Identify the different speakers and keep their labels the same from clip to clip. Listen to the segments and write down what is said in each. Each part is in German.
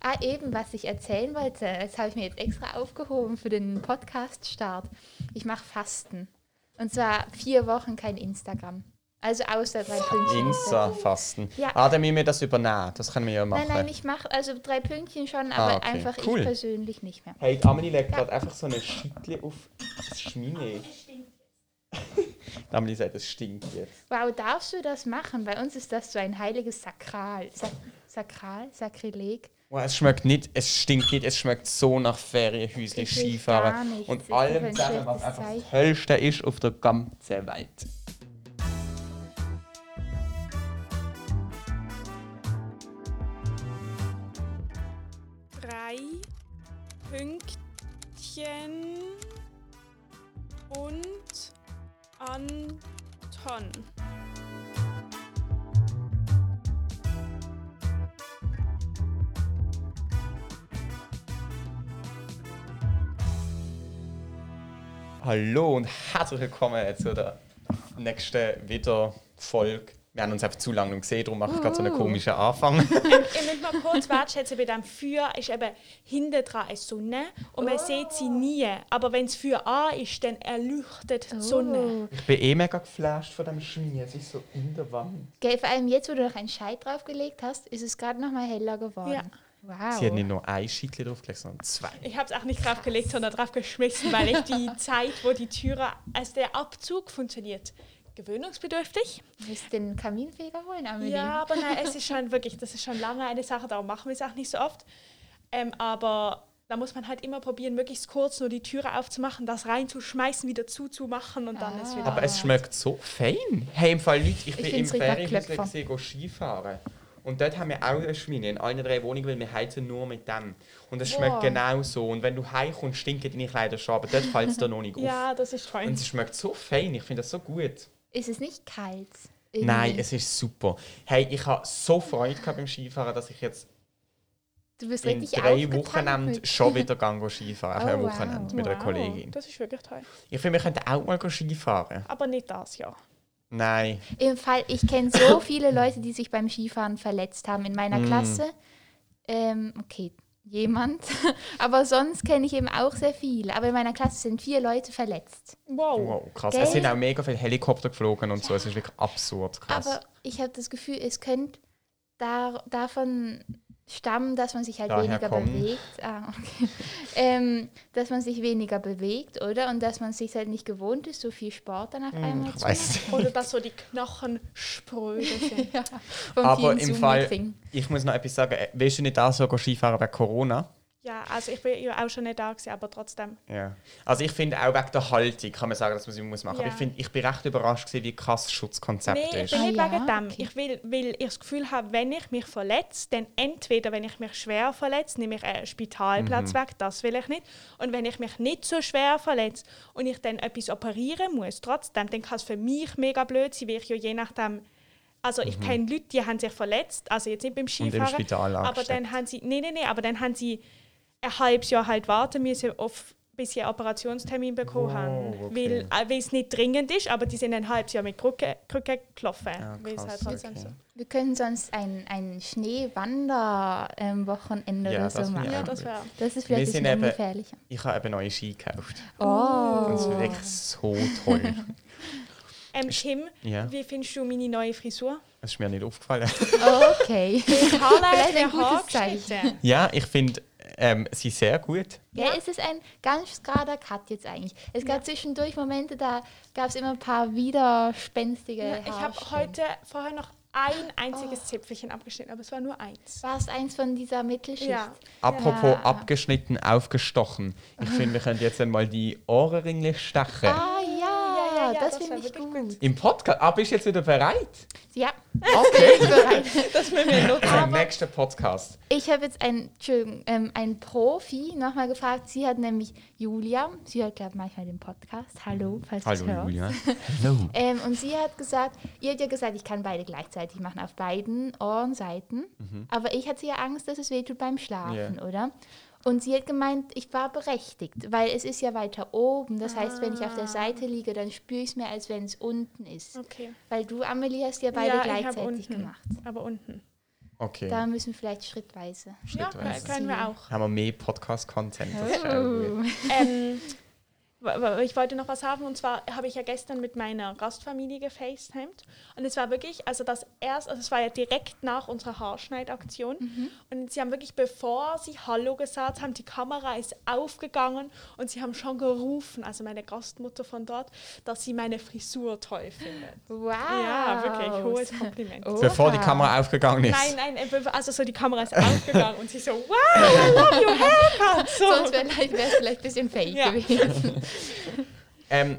Speaker 1: Ah, eben, was ich erzählen wollte, das habe ich mir jetzt extra aufgehoben für den Podcast-Start. Ich mache Fasten. Und zwar vier Wochen kein Instagram. Also außer drei Pünktchen.
Speaker 2: Insta-Fasten.
Speaker 1: Ja.
Speaker 2: Ah, dann müssen wir das übernehmen. Das können wir ja machen.
Speaker 1: Nein, nein, ich mache also drei Pünktchen schon,
Speaker 2: Ah,
Speaker 1: aber
Speaker 2: okay.
Speaker 1: einfach
Speaker 2: Cool.
Speaker 1: ich persönlich nicht mehr.
Speaker 2: Hey, die Amelie legt gerade einfach so eine Schiedli auf das Schmine. Die Amelie sagt, es stinkt jetzt.
Speaker 1: Wow, darfst du das machen? Bei uns ist das so ein heiliges Sakral. Sa Sakral? Sakrileg?
Speaker 2: Wow, Oh, es schmeckt nicht, es stinkt nicht, es schmeckt so nach Ferienhäuschen,
Speaker 1: Es riecht gar
Speaker 2: Skifahren
Speaker 1: nichts.
Speaker 2: und
Speaker 1: Es ist einfach
Speaker 2: allem
Speaker 1: ein
Speaker 2: zusammen, was
Speaker 1: schlechtes
Speaker 2: einfach
Speaker 1: Zeichen.
Speaker 2: das Höllste ist auf der ganzen Welt.
Speaker 3: drei Pünktchen und Anton.
Speaker 2: Hallo und herzlich willkommen zu der nächsten Wiederfolge. Wir haben uns einfach zu lange nicht gesehen, darum mache ich gerade so
Speaker 1: Oh.
Speaker 2: einen komischen Anfang.
Speaker 3: Ihr müsst mal kurz wertschätzen, bei dem Feuer ist eben hinten dran eine Sonne und man sieht sie nie. Aber wenn das Feuer an ist, dann erleuchtet die Sonne.
Speaker 1: Oh.
Speaker 2: Ich bin eh mega geflasht von dem Schmier, es ist so in der Wand.
Speaker 1: Gell, vor allem jetzt, wo du noch einen Scheit draufgelegt hast, ist es gerade nochmal heller geworden.
Speaker 3: Ja.
Speaker 1: Wow.
Speaker 2: Sie hat nicht nur ein Schiedli draufgelegt, sondern zwei.
Speaker 3: Ich habe es auch nicht draufgelegt, sondern draufgeschmissen, weil ich die Zeit, wo die Türe, als der Abzug funktioniert, gewöhnungsbedürftig.
Speaker 1: Willst du den Kaminfeger holen, Amelie?
Speaker 3: Ja, aber nein, es ist schon wirklich, das ist schon lange eine Sache, darum machen wir es auch nicht so oft. Ähm, aber da muss man halt immer probieren, möglichst kurz nur die Türe aufzumachen, das reinzuschmeißen, wieder zuzumachen und dann ist wieder.
Speaker 2: Aber es schmeckt so fein. Hey, im Fall Leute, ich, bin im
Speaker 1: Ah. find's richtig
Speaker 2: Ferienhäusle
Speaker 1: Klöpfer.
Speaker 2: gesehen, go Skifahren. Und dort haben wir auch eine Schmine in allen drei Wohnungen, weil wir heizen nur mit dem. Und es schmeckt
Speaker 1: Wow.
Speaker 2: genau so. Und wenn du heimkommst, stinken deine Kleider schon, aber dort fällt es dir noch nicht auf.
Speaker 3: ja, das ist
Speaker 2: Und
Speaker 3: fein.
Speaker 2: es schmeckt so fein, ich finde das so gut.
Speaker 1: Ist es nicht kalt?
Speaker 2: Nein,
Speaker 1: Irgendwie.
Speaker 2: es ist super. Hey, ich habe so Freude gehabt beim Skifahren, dass ich jetzt
Speaker 1: Du bist
Speaker 2: in
Speaker 1: richtig
Speaker 2: drei
Speaker 1: aufgetankt
Speaker 2: Wochenenden
Speaker 1: mit-
Speaker 2: schon wieder gehen go Skifahren.
Speaker 1: Oh,
Speaker 2: ein
Speaker 1: wow.
Speaker 2: Wochenende mit einer
Speaker 3: Wow,
Speaker 2: Kollegin.
Speaker 3: Das ist wirklich toll.
Speaker 2: Ich finde, wir könnten auch mal go Skifahren.
Speaker 3: Aber nicht das, ja.
Speaker 2: Nein.
Speaker 1: Im Fall, ich kenne so viele Leute, die sich beim Skifahren verletzt haben in
Speaker 2: Mm.
Speaker 1: meiner Klasse. Ähm, okay, jemand. Aber sonst kenne ich eben auch sehr viele. Aber in meiner Klasse sind vier Leute verletzt.
Speaker 3: Wow.
Speaker 2: Oh, Wow, krass.
Speaker 1: Gell?
Speaker 2: Es sind auch mega viele Helikopter geflogen und so. Es ist wirklich absurd krass.
Speaker 1: Aber ich habe das Gefühl, es könnte dar davon stammen, dass man sich halt
Speaker 2: Daher
Speaker 1: weniger
Speaker 2: kommen.
Speaker 1: bewegt. Ah, okay. ähm, dass man sich weniger bewegt, oder? Und dass man sich halt nicht gewohnt ist, so viel Sport dann auf einmal
Speaker 2: Mm, ich
Speaker 1: zu
Speaker 2: weiß nicht.
Speaker 3: Oder dass so die Knochen spröde sind.
Speaker 1: vom
Speaker 2: Aber
Speaker 1: vielen
Speaker 2: im Fall,
Speaker 1: Zoom-Meeting.
Speaker 2: ich muss noch etwas sagen. Äh, Willst du nicht da so Skifahren wegen Corona?
Speaker 3: ja, also ich bin ja auch schon nicht da gewesen, aber trotzdem.
Speaker 2: Ja. Also ich finde auch wegen der Haltung kann man sagen, dass man sie muss machen.
Speaker 3: Ja.
Speaker 2: Ich, find, ich bin recht überrascht gewesen, wie krass das Schutzkonzept
Speaker 3: Nee,
Speaker 2: ist.
Speaker 3: ich bin
Speaker 1: Ah
Speaker 3: nicht
Speaker 1: ja,
Speaker 3: wegen dem.
Speaker 1: okay.
Speaker 3: Ich will, weil ich das Gefühl habe, wenn ich mich verletze, dann entweder, wenn ich mich schwer verletze, nehme ich einen
Speaker 2: Mhm.
Speaker 3: Spitalplatz weg, das will ich nicht. Und wenn ich mich nicht so schwer verletze und ich dann etwas operieren muss, trotzdem, dann kann es für mich mega blöd sein, weil ich ja je nachdem... Also ich kenne Leute, die haben sich verletzt, also jetzt nicht beim
Speaker 2: Mhm. im
Speaker 3: Skifahren,
Speaker 2: Spital
Speaker 3: aber
Speaker 2: angesteckt.
Speaker 3: dann haben sie... Nee, nee, nee, aber dann haben sie ein halbes Jahr halt warten müssen, auf, bis sie einen Operationstermin bekommen
Speaker 2: Wow,
Speaker 3: haben.
Speaker 2: okay.
Speaker 3: Weil auch weil es nicht dringend ist, aber die sind ein halbes Jahr mit Krücke, Krücke gelaufen.
Speaker 2: Ja,
Speaker 3: weil es
Speaker 2: Ah, krass,
Speaker 3: halt trotzdem
Speaker 2: okay.
Speaker 3: so.
Speaker 1: Wir können sonst ein, ein Schneewander-Wochenende
Speaker 2: Ja,
Speaker 1: oder
Speaker 2: das
Speaker 1: so
Speaker 2: finde ich
Speaker 1: machen.
Speaker 2: auch
Speaker 3: Ja,
Speaker 2: Ja,
Speaker 3: das wäre.
Speaker 1: Das ist
Speaker 2: Wir
Speaker 1: vielleicht ein
Speaker 2: sind
Speaker 1: bisschen
Speaker 2: eben-
Speaker 1: ungefährlicher.
Speaker 2: Ich habe eben neue Ski gekauft. Und es
Speaker 1: Oh.
Speaker 2: ist wirklich so toll.
Speaker 3: Ähm, Tim,
Speaker 2: Ja.
Speaker 3: wie findest du meine neue Frisur?
Speaker 2: Es ist mir nicht aufgefallen.
Speaker 1: Okay.
Speaker 3: Carla hat
Speaker 1: Vielleicht ein
Speaker 3: mir Haar
Speaker 1: gutes Zeichen.
Speaker 3: geschnitten.
Speaker 2: ja, ich finde ähm, sie sehr gut.
Speaker 1: Ja, es ist ein ganz gerader Cut jetzt eigentlich. Es gab zwischendurch Momente, da gab es immer ein paar widerspenstige
Speaker 3: Ja, Ich habe
Speaker 1: Haarstellen.
Speaker 3: heute vorher noch
Speaker 1: Ah.
Speaker 3: ein einziges Zäpfelchen abgeschnitten, aber es war nur eins.
Speaker 1: War es eins von dieser Mittelschicht?
Speaker 3: Ja.
Speaker 2: Apropos
Speaker 1: Ja.
Speaker 2: abgeschnitten, aufgestochen. Ich finde, wir können jetzt einmal die Ohrenringe stechen.
Speaker 1: Ah ja,
Speaker 3: ja, ja,
Speaker 1: das,
Speaker 3: das
Speaker 1: finde
Speaker 3: war
Speaker 1: ich
Speaker 3: wirklich
Speaker 1: gut.
Speaker 2: Im Podcast? Ah, bist du jetzt wieder bereit?
Speaker 1: Ja,
Speaker 2: Okay.
Speaker 3: Das will mir nur
Speaker 2: Zum nächsten Podcast.
Speaker 1: ich habe jetzt einen, Entschuldigung, ähm, einen Profi nochmal gefragt. Sie hat nämlich Julia, sie hört glaube manchmal den Podcast. Hallo, falls du hörst.
Speaker 2: Hallo.
Speaker 1: Ähm, und sie hat gesagt, ihr habt ja gesagt, ich kann beide gleichzeitig machen, auf beiden Ohrenseiten. Aber ich hatte ja Angst, dass es wehtut beim Schlafen, oder? Und sie hat gemeint, ich war berechtigt, weil es ist ja weiter oben. Das heißt, wenn ich auf
Speaker 3: Ah.
Speaker 1: der Seite liege, dann spüre ich es mehr, als wenn es unten ist.
Speaker 3: Okay,
Speaker 1: Weil du, Amelie, hast ja beide
Speaker 3: Ja, ich hab
Speaker 1: gleichzeitig
Speaker 3: unten.
Speaker 1: gemacht.
Speaker 3: aber unten.
Speaker 2: Okay.
Speaker 1: Da müssen wir vielleicht schrittweise.
Speaker 3: Ja,
Speaker 2: Schrittweise.
Speaker 3: können wir auch.
Speaker 2: haben wir mehr Podcast-Content. Das ist auch gut.
Speaker 3: ähm, wa- wa- ich wollte noch was sagen und zwar habe ich ja gestern mit meiner Gastfamilie gefacetimed und es war wirklich, also das erst, also es war ja direkt nach unserer Haarschneidaktion
Speaker 1: Mhm.
Speaker 3: und sie haben wirklich, bevor sie Hallo gesagt haben, die Kamera ist aufgegangen und sie haben schon gerufen, also meine Gastmutter von dort, dass sie meine Frisur toll findet.
Speaker 1: Wow.
Speaker 3: Ja, wirklich, hohes Kompliment.
Speaker 1: Oh.
Speaker 2: Bevor die
Speaker 1: Oha.
Speaker 2: Kamera aufgegangen ist.
Speaker 3: Nein, nein, äh, be- also so die Kamera ist aufgegangen und sie so, wow, I love your haircut. So.
Speaker 1: Sonst wäre es vielleicht ein bisschen fake
Speaker 3: Ja.
Speaker 1: gewesen.
Speaker 2: Ähm,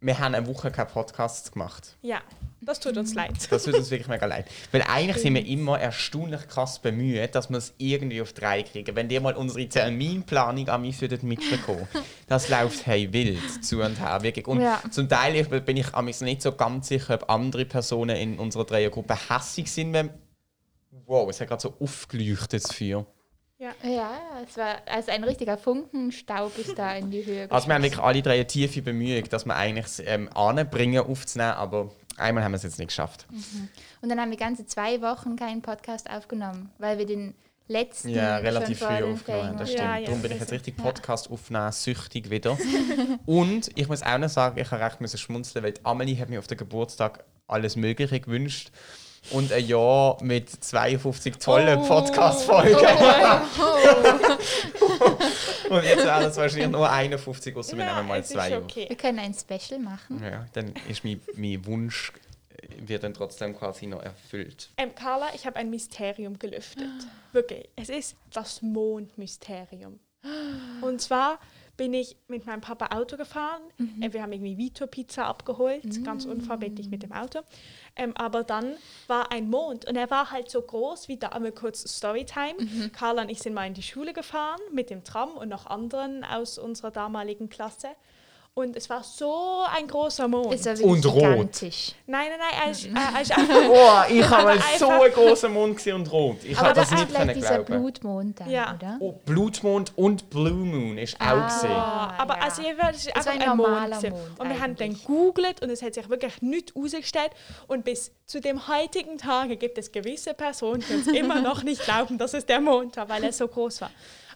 Speaker 2: wir haben eine Woche keinen Podcast gemacht.
Speaker 3: Ja, das tut
Speaker 1: Mhm.
Speaker 3: uns leid.
Speaker 2: Das tut uns wirklich mega leid. Weil eigentlich sind wir immer erstaunlich krass bemüht, dass wir es irgendwie auf drei kriegen. Wenn ihr mal unsere Terminplanung an mich würdet mitbekommen, das läuft hey wild zu und her. Wirklich. Und
Speaker 1: Ja.
Speaker 2: zum Teil bin ich an mich nicht so ganz sicher, ob andere Personen in unserer Dreiergruppe hässig sind, wenn. Wow, es hat gerade so aufgeleuchtet das Feuer.
Speaker 1: ja, es war also ein richtiger Funkenstaub ist da in die Höhe.
Speaker 2: Also wir haben wirklich alle drei eine tiefe Bemühung, dass wir eigentlich es, ähm, anbringen, aufzunehmen, aber einmal haben wir es jetzt nicht geschafft.
Speaker 1: Und dann haben wir ganze zwei Wochen keinen Podcast aufgenommen, weil wir den letzten
Speaker 2: Ja,
Speaker 3: Hm,
Speaker 1: schon
Speaker 2: relativ
Speaker 1: vor
Speaker 2: früh
Speaker 1: den
Speaker 2: aufgenommen,
Speaker 1: Ferien
Speaker 2: das
Speaker 3: Ja,
Speaker 2: stimmt.
Speaker 3: ja,
Speaker 2: Darum bin ich
Speaker 3: das
Speaker 2: jetzt richtig Podcast aufnehmen, süchtig wieder. Und ich muss auch noch sagen, ich habe recht müssen schmunzeln, weil die Amelie hat mir auf den Geburtstag alles Mögliche gewünscht. Und ein Jahr mit 52 tollen
Speaker 3: Oh.
Speaker 1: Oh,
Speaker 2: Podcast-Folgen. Und jetzt wären es wahrscheinlich nur 51, außer wir
Speaker 3: Ja,
Speaker 2: nehmen mal
Speaker 3: es ist
Speaker 2: zwei auf.
Speaker 3: okay.
Speaker 1: wir können ein Special machen.
Speaker 2: Ja, dann ist mein, mein Wunsch äh, wird dann trotzdem quasi noch erfüllt.
Speaker 3: Ähm, Carla, ich habe ein Mysterium gelüftet. Wirklich. Es ist das Mondmysterium. Und zwar bin ich mit meinem Papa Auto gefahren. Äh, Wir haben irgendwie Vito-Pizza abgeholt, ganz unverbindlich mit dem Auto. Ähm, aber dann war ein Mond und er war halt so groß, wie da einmal kurz Storytime. Carla und ich sind mal in die Schule gefahren mit dem Tram und noch anderen aus unserer damaligen Klasse. Und es war so ein großer Mond.
Speaker 1: Ist ja
Speaker 2: Und
Speaker 1: wirklich
Speaker 2: rot.
Speaker 1: gigantisch.
Speaker 3: nein, nein, nein, er ist, er ist
Speaker 2: Oh, ich habe
Speaker 3: Aber
Speaker 2: so
Speaker 3: einfach-
Speaker 2: einen großen Mund gesehen und rot. Ich
Speaker 1: Aber
Speaker 2: habe das
Speaker 1: da
Speaker 2: nicht
Speaker 1: ist vielleicht
Speaker 2: können
Speaker 1: dieser
Speaker 2: glauben.
Speaker 1: Blutmond dann,
Speaker 3: Ja.
Speaker 1: oder?
Speaker 2: Oh, Blutmond und Blue Moon ist auch gesehen.
Speaker 1: Ah,
Speaker 3: aber
Speaker 1: ja.
Speaker 3: also jeweils ist
Speaker 1: Das
Speaker 3: einfach
Speaker 1: war ein
Speaker 3: ein, Mond.
Speaker 1: normaler
Speaker 3: gewesen.
Speaker 1: Mond
Speaker 3: und wir haben dann
Speaker 1: eigentlich.
Speaker 3: gegoogelt und es hat sich wirklich nichts herausgestellt. Und bis zu dem heutigen Tage gibt es gewisse Personen, die uns immer noch nicht glauben, dass es der Mond war, weil er so groß war.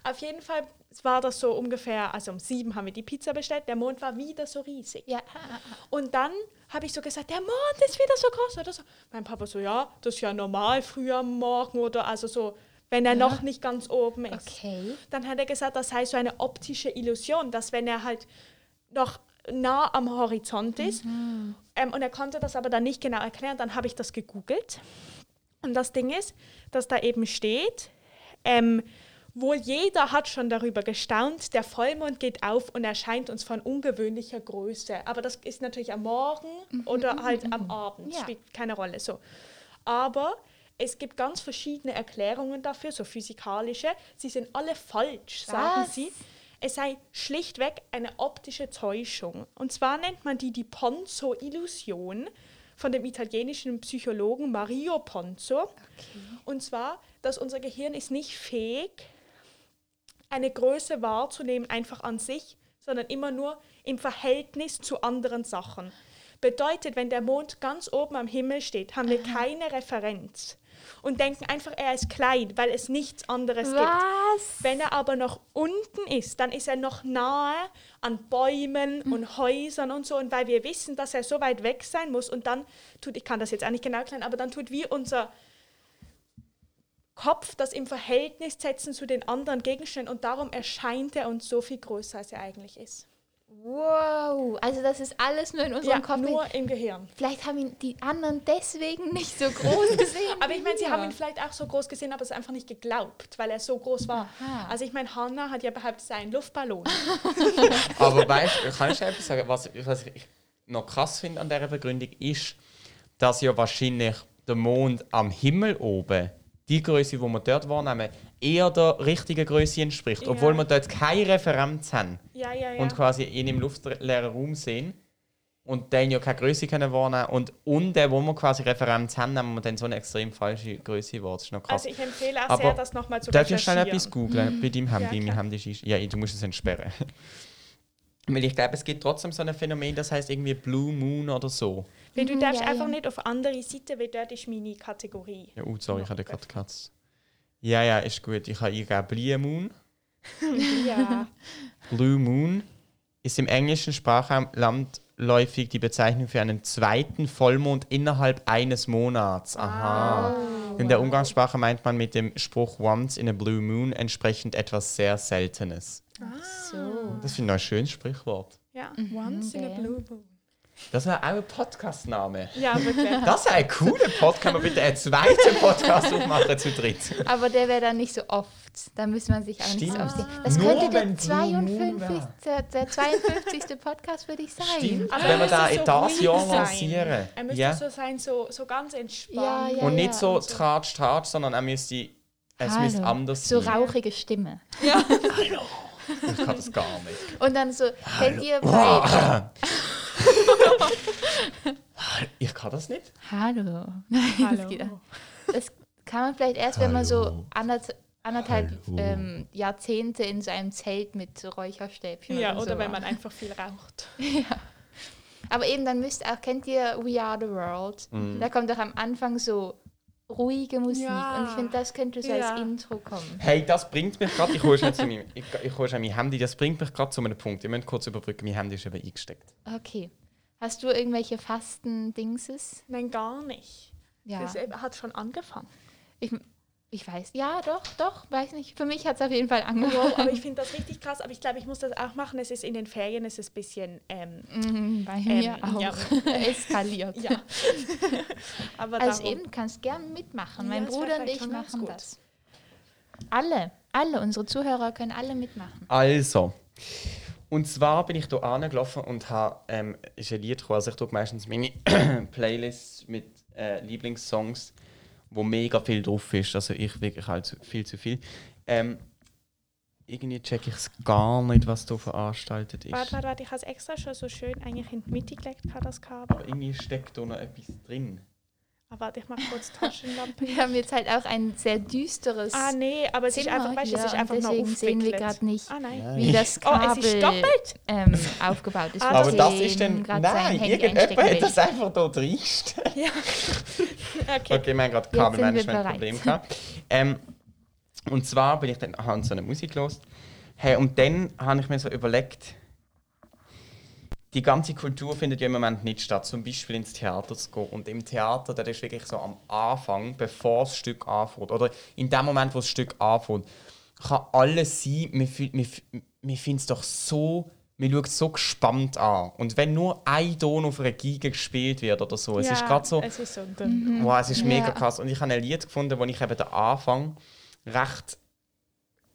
Speaker 3: Auf jeden Fall war das so ungefähr, also um sieben haben wir die Pizza bestellt, der Mond war wieder so riesig.
Speaker 1: Ja. ah,
Speaker 3: Und dann habe ich so gesagt, der Mond ist wieder so groß oder so. Mein Papa so, ja, das ist ja normal früh am Morgen oder also so, wenn er noch nicht ganz oben ist.
Speaker 1: Okay.
Speaker 3: Dann hat er gesagt, das sei so eine optische Illusion, dass wenn er halt noch nah am Horizont ist ähm, und er konnte das aber dann nicht genau erklären, dann habe ich das gegoogelt. Und das Ding ist, dass da eben steht, ähm, wohl jeder hat schon darüber gestaunt, der Vollmond geht auf und erscheint uns von ungewöhnlicher Größe. Aber das ist natürlich am Morgen oder halt am Abend,
Speaker 1: Ja.
Speaker 3: spielt keine Rolle. So. Aber es gibt ganz verschiedene Erklärungen dafür, so physikalische. Sie sind alle falsch, sagen
Speaker 1: Was?
Speaker 3: sie. Es sei schlichtweg eine optische Täuschung. Und zwar nennt man die die Ponzo-Illusion von dem italienischen Psychologen Mario Ponzo. Und zwar, dass unser Gehirn ist nicht fähig, eine Größe wahrzunehmen einfach an sich, sondern immer nur im Verhältnis zu anderen Sachen. Bedeutet, wenn der Mond ganz oben am Himmel steht, haben wir keine Referenz und denken einfach, er ist klein, weil es nichts anderes gibt.
Speaker 1: Was?
Speaker 3: Wenn er aber noch unten ist, dann ist er noch nahe an Bäumen
Speaker 1: Mhm.
Speaker 3: und Häusern und so. Und weil wir wissen, dass er so weit weg sein muss und dann tut, ich kann das jetzt auch nicht genau erklären, aber dann tut wie unser Kopf das im Verhältnis setzen zu den anderen Gegenständen und darum erscheint er uns so viel größer, als er eigentlich ist.
Speaker 1: Wow. Also das ist alles nur in unserem Kopf.
Speaker 3: nur im Gehirn.
Speaker 1: Vielleicht haben ihn die anderen deswegen nicht so groß gesehen.
Speaker 3: Aber ich meine, sie
Speaker 1: Ja.
Speaker 3: haben ihn vielleicht auch so groß gesehen, aber es einfach nicht geglaubt, weil er so groß war.
Speaker 1: Aha. Ah.
Speaker 3: Also ich meine, Hannah hat ja behauptet, es sei ein Luftballon.
Speaker 2: Aber weißt du, kannst du etwas sagen, was, was ich noch krass finde an dieser Begründung ist, dass ja wahrscheinlich der Mond am Himmel oben, die Größe, die wir dort wahrnehmen, eher der richtigen Größe entspricht,
Speaker 3: Ja.
Speaker 2: obwohl wir dort keine Referenz haben
Speaker 3: ja, ja, ja.
Speaker 2: und quasi ihn im luftleeren Raum sehen und dann ja keine Größe können wahrnehmen und unten, wo wir quasi Referenz haben, nehmen wir dann so eine extrem falsche Größe wahr. Das ist noch krass.
Speaker 3: Also ich empfehle auch
Speaker 2: Aber
Speaker 3: sehr, das nochmal zu
Speaker 2: Darf ich schnell
Speaker 3: recherchieren.
Speaker 2: etwas googeln bei deinem Handy?
Speaker 3: Ja,
Speaker 2: mein
Speaker 3: klar.
Speaker 2: Handy ist. Ja, du musst es entsperren. Weil ich glaube, es gibt trotzdem so ein Phänomen, das heißt irgendwie Blue Moon oder so.
Speaker 3: Weil du
Speaker 1: Mhm,
Speaker 3: darfst
Speaker 1: ja,
Speaker 3: einfach
Speaker 1: ja.
Speaker 3: nicht auf andere Seite, weil dort ist meine Kategorie.
Speaker 2: Ja, oh, sorry, ich habe gerade Katz. Ja, ja, ist gut. Ich habe eingegeben Blue Moon.
Speaker 3: Ja.
Speaker 2: Blue Moon ist im englischen Sprachraum landläufig die Bezeichnung für einen zweiten Vollmond innerhalb eines Monats. Aha. In der Umgangssprache meint man mit dem Spruch Once in a Blue Moon entsprechend etwas sehr Seltenes.
Speaker 1: So.
Speaker 2: Das finde ich ein schönes Sprichwort.
Speaker 3: ja. Once in a
Speaker 1: okay.
Speaker 3: blue moon.
Speaker 2: Das wäre auch ein Podcastname.
Speaker 3: Ja, wirklich.
Speaker 2: Das ist ein cooler Podcast. Kann man bitte einen zweiten Podcast aufmachen zu dritt?
Speaker 1: Aber der wäre dann nicht so oft. Da müsste man sich auch nicht so
Speaker 2: Stimmt.
Speaker 1: oft sehen. Das
Speaker 2: Nur
Speaker 1: könnte
Speaker 2: wenn
Speaker 1: der
Speaker 2: Blue Moon
Speaker 1: 52. Der, der 52. Podcast für dich sein.
Speaker 2: Stimmt.
Speaker 3: Aber
Speaker 2: Wenn wir
Speaker 3: er
Speaker 2: da
Speaker 3: müsste so
Speaker 2: das
Speaker 3: ruhig
Speaker 2: Jahr
Speaker 3: sein.
Speaker 2: lancieren.
Speaker 3: Er müsste
Speaker 2: Ja.
Speaker 3: so sein, so, so ganz
Speaker 1: Ja,
Speaker 3: entspannt.
Speaker 1: ja,
Speaker 2: Und
Speaker 1: ja.
Speaker 2: nicht so tratsch, tratsch, sondern er müsste, es müsste
Speaker 1: Hallo.
Speaker 2: anders
Speaker 1: So
Speaker 2: sein.
Speaker 1: rauchige Stimme.
Speaker 2: Ich kann das gar nicht.
Speaker 1: Und dann so, kennt ihr
Speaker 2: Oh.
Speaker 1: bei...
Speaker 2: Ich kann das nicht.
Speaker 1: Hallo. Nein,
Speaker 3: Hallo.
Speaker 1: das geht auch. Das kann man vielleicht erst, wenn man so anderth anderthalb ähm, Jahrzehnte in so einem Zelt mit so Räucherstäbchen
Speaker 3: Ja,
Speaker 1: oder,
Speaker 3: oder
Speaker 1: so
Speaker 3: wenn
Speaker 1: war.
Speaker 3: man einfach viel raucht.
Speaker 1: Aber eben, dann müsst auch, kennt ihr We Are the World?
Speaker 2: Mhm.
Speaker 1: Da kommt doch am Anfang so ruhige Musik.
Speaker 3: Ja.
Speaker 1: Und ich finde, das könnte so
Speaker 3: Ja.
Speaker 1: als Intro kommen.
Speaker 2: Hey, das bringt mich gerade. Ich hole schon zu meinem- ich- ich hole schon mein Handy. Das bringt mich gerade zu einem Punkt. Ihr müsst kurz überbrücken. Mein Handy ist eben eingesteckt.
Speaker 1: Okay. Hast du irgendwelche Fasten-Dingses?
Speaker 3: Nein, gar nicht.
Speaker 1: Ja.
Speaker 3: Das äh, hat schon angefangen.
Speaker 1: Ich, ich weiß, ja, doch, doch, weiß nicht. Für mich hat es auf jeden Fall
Speaker 3: Wow,
Speaker 1: angefangen.
Speaker 3: aber ich finde das richtig krass. Aber ich glaube, ich muss das auch machen. Es ist in den Ferien, es ist ein bisschen. Ähm,
Speaker 1: Mhm, Bei mir
Speaker 3: Ähm,
Speaker 1: auch.
Speaker 3: ja.
Speaker 1: Eskaliert.
Speaker 3: ja. aber
Speaker 1: Also
Speaker 3: darum.
Speaker 1: eben, kannst gern mitmachen.
Speaker 3: Ja,
Speaker 1: mein
Speaker 3: das wär
Speaker 1: Bruder und
Speaker 3: vielleicht
Speaker 1: ich
Speaker 3: schon ganz
Speaker 1: machen
Speaker 3: gut.
Speaker 1: das. Alle, alle, unsere Zuhörer können alle mitmachen.
Speaker 2: Also. Und zwar bin ich hier angelaufen und habe ähm, ist ein Lied gekommen. Also ich tue meistens meine Playlists mit äh, Lieblingssongs, wo mega viel drauf ist. Also ich wirklich halt zu- viel zu viel. Ähm, irgendwie check ich es gar nicht, was da veranstaltet ist.
Speaker 3: Warte, warte, warte, ich habe es extra schon so schön eigentlich in die Mitte gelegt, kann das Kabel.
Speaker 2: Aber irgendwie steckt da noch etwas drin.
Speaker 3: Aber warte, ich mache kurz die Taschenlampe.
Speaker 1: Wir haben jetzt halt auch ein sehr düsteres,
Speaker 3: ah, nee, aber es ist
Speaker 1: Zimmer
Speaker 3: einfach, weißt du, es
Speaker 1: hier
Speaker 3: ist
Speaker 1: und
Speaker 3: einfach noch
Speaker 1: deswegen
Speaker 3: aufgewickelt.
Speaker 1: sehen wir grad nicht.
Speaker 3: Ah, nein.
Speaker 1: wie das
Speaker 3: Oh,
Speaker 1: Kabel
Speaker 3: es ist doppelt.
Speaker 1: ähm, aufgebaut ist.
Speaker 3: Ah,
Speaker 1: Wir
Speaker 2: Aber das
Speaker 1: sehen
Speaker 2: ist dann.
Speaker 1: grad sein
Speaker 2: Nein,
Speaker 1: Handy
Speaker 2: irgendjemand
Speaker 1: einstecken
Speaker 2: hat
Speaker 1: will.
Speaker 2: das einfach da reingestellt.
Speaker 3: Okay.
Speaker 2: Okay, wir haben gerade
Speaker 1: Jetzt sind wir
Speaker 2: Kabelmanagement-Problem
Speaker 1: bereit.
Speaker 2: gehabt. Ähm, und zwar bin ich dann aha, und so eine Musik los. Hey, und dann habe ich mir so überlegt, die ganze Kultur findet ja im Moment nicht statt. Zum Beispiel ins Theater zu gehen. Und im Theater, das ist wirklich so am Anfang, bevor das Stück anfängt. Oder in dem Moment, wo das Stück anfängt. Kann alles sein, man, fühlt- man, man findet es doch so, man schaut es so gespannt an. Und wenn nur ein Ton auf einer Geige gespielt wird oder so, Also, es
Speaker 3: ja,
Speaker 2: ist gerade so,
Speaker 3: Es ist so
Speaker 1: Mhm.
Speaker 3: dünn.
Speaker 2: Wow, es ist mega
Speaker 1: Ja.
Speaker 2: krass. Und ich habe ein Lied gefunden, wo ich eben den Anfang recht.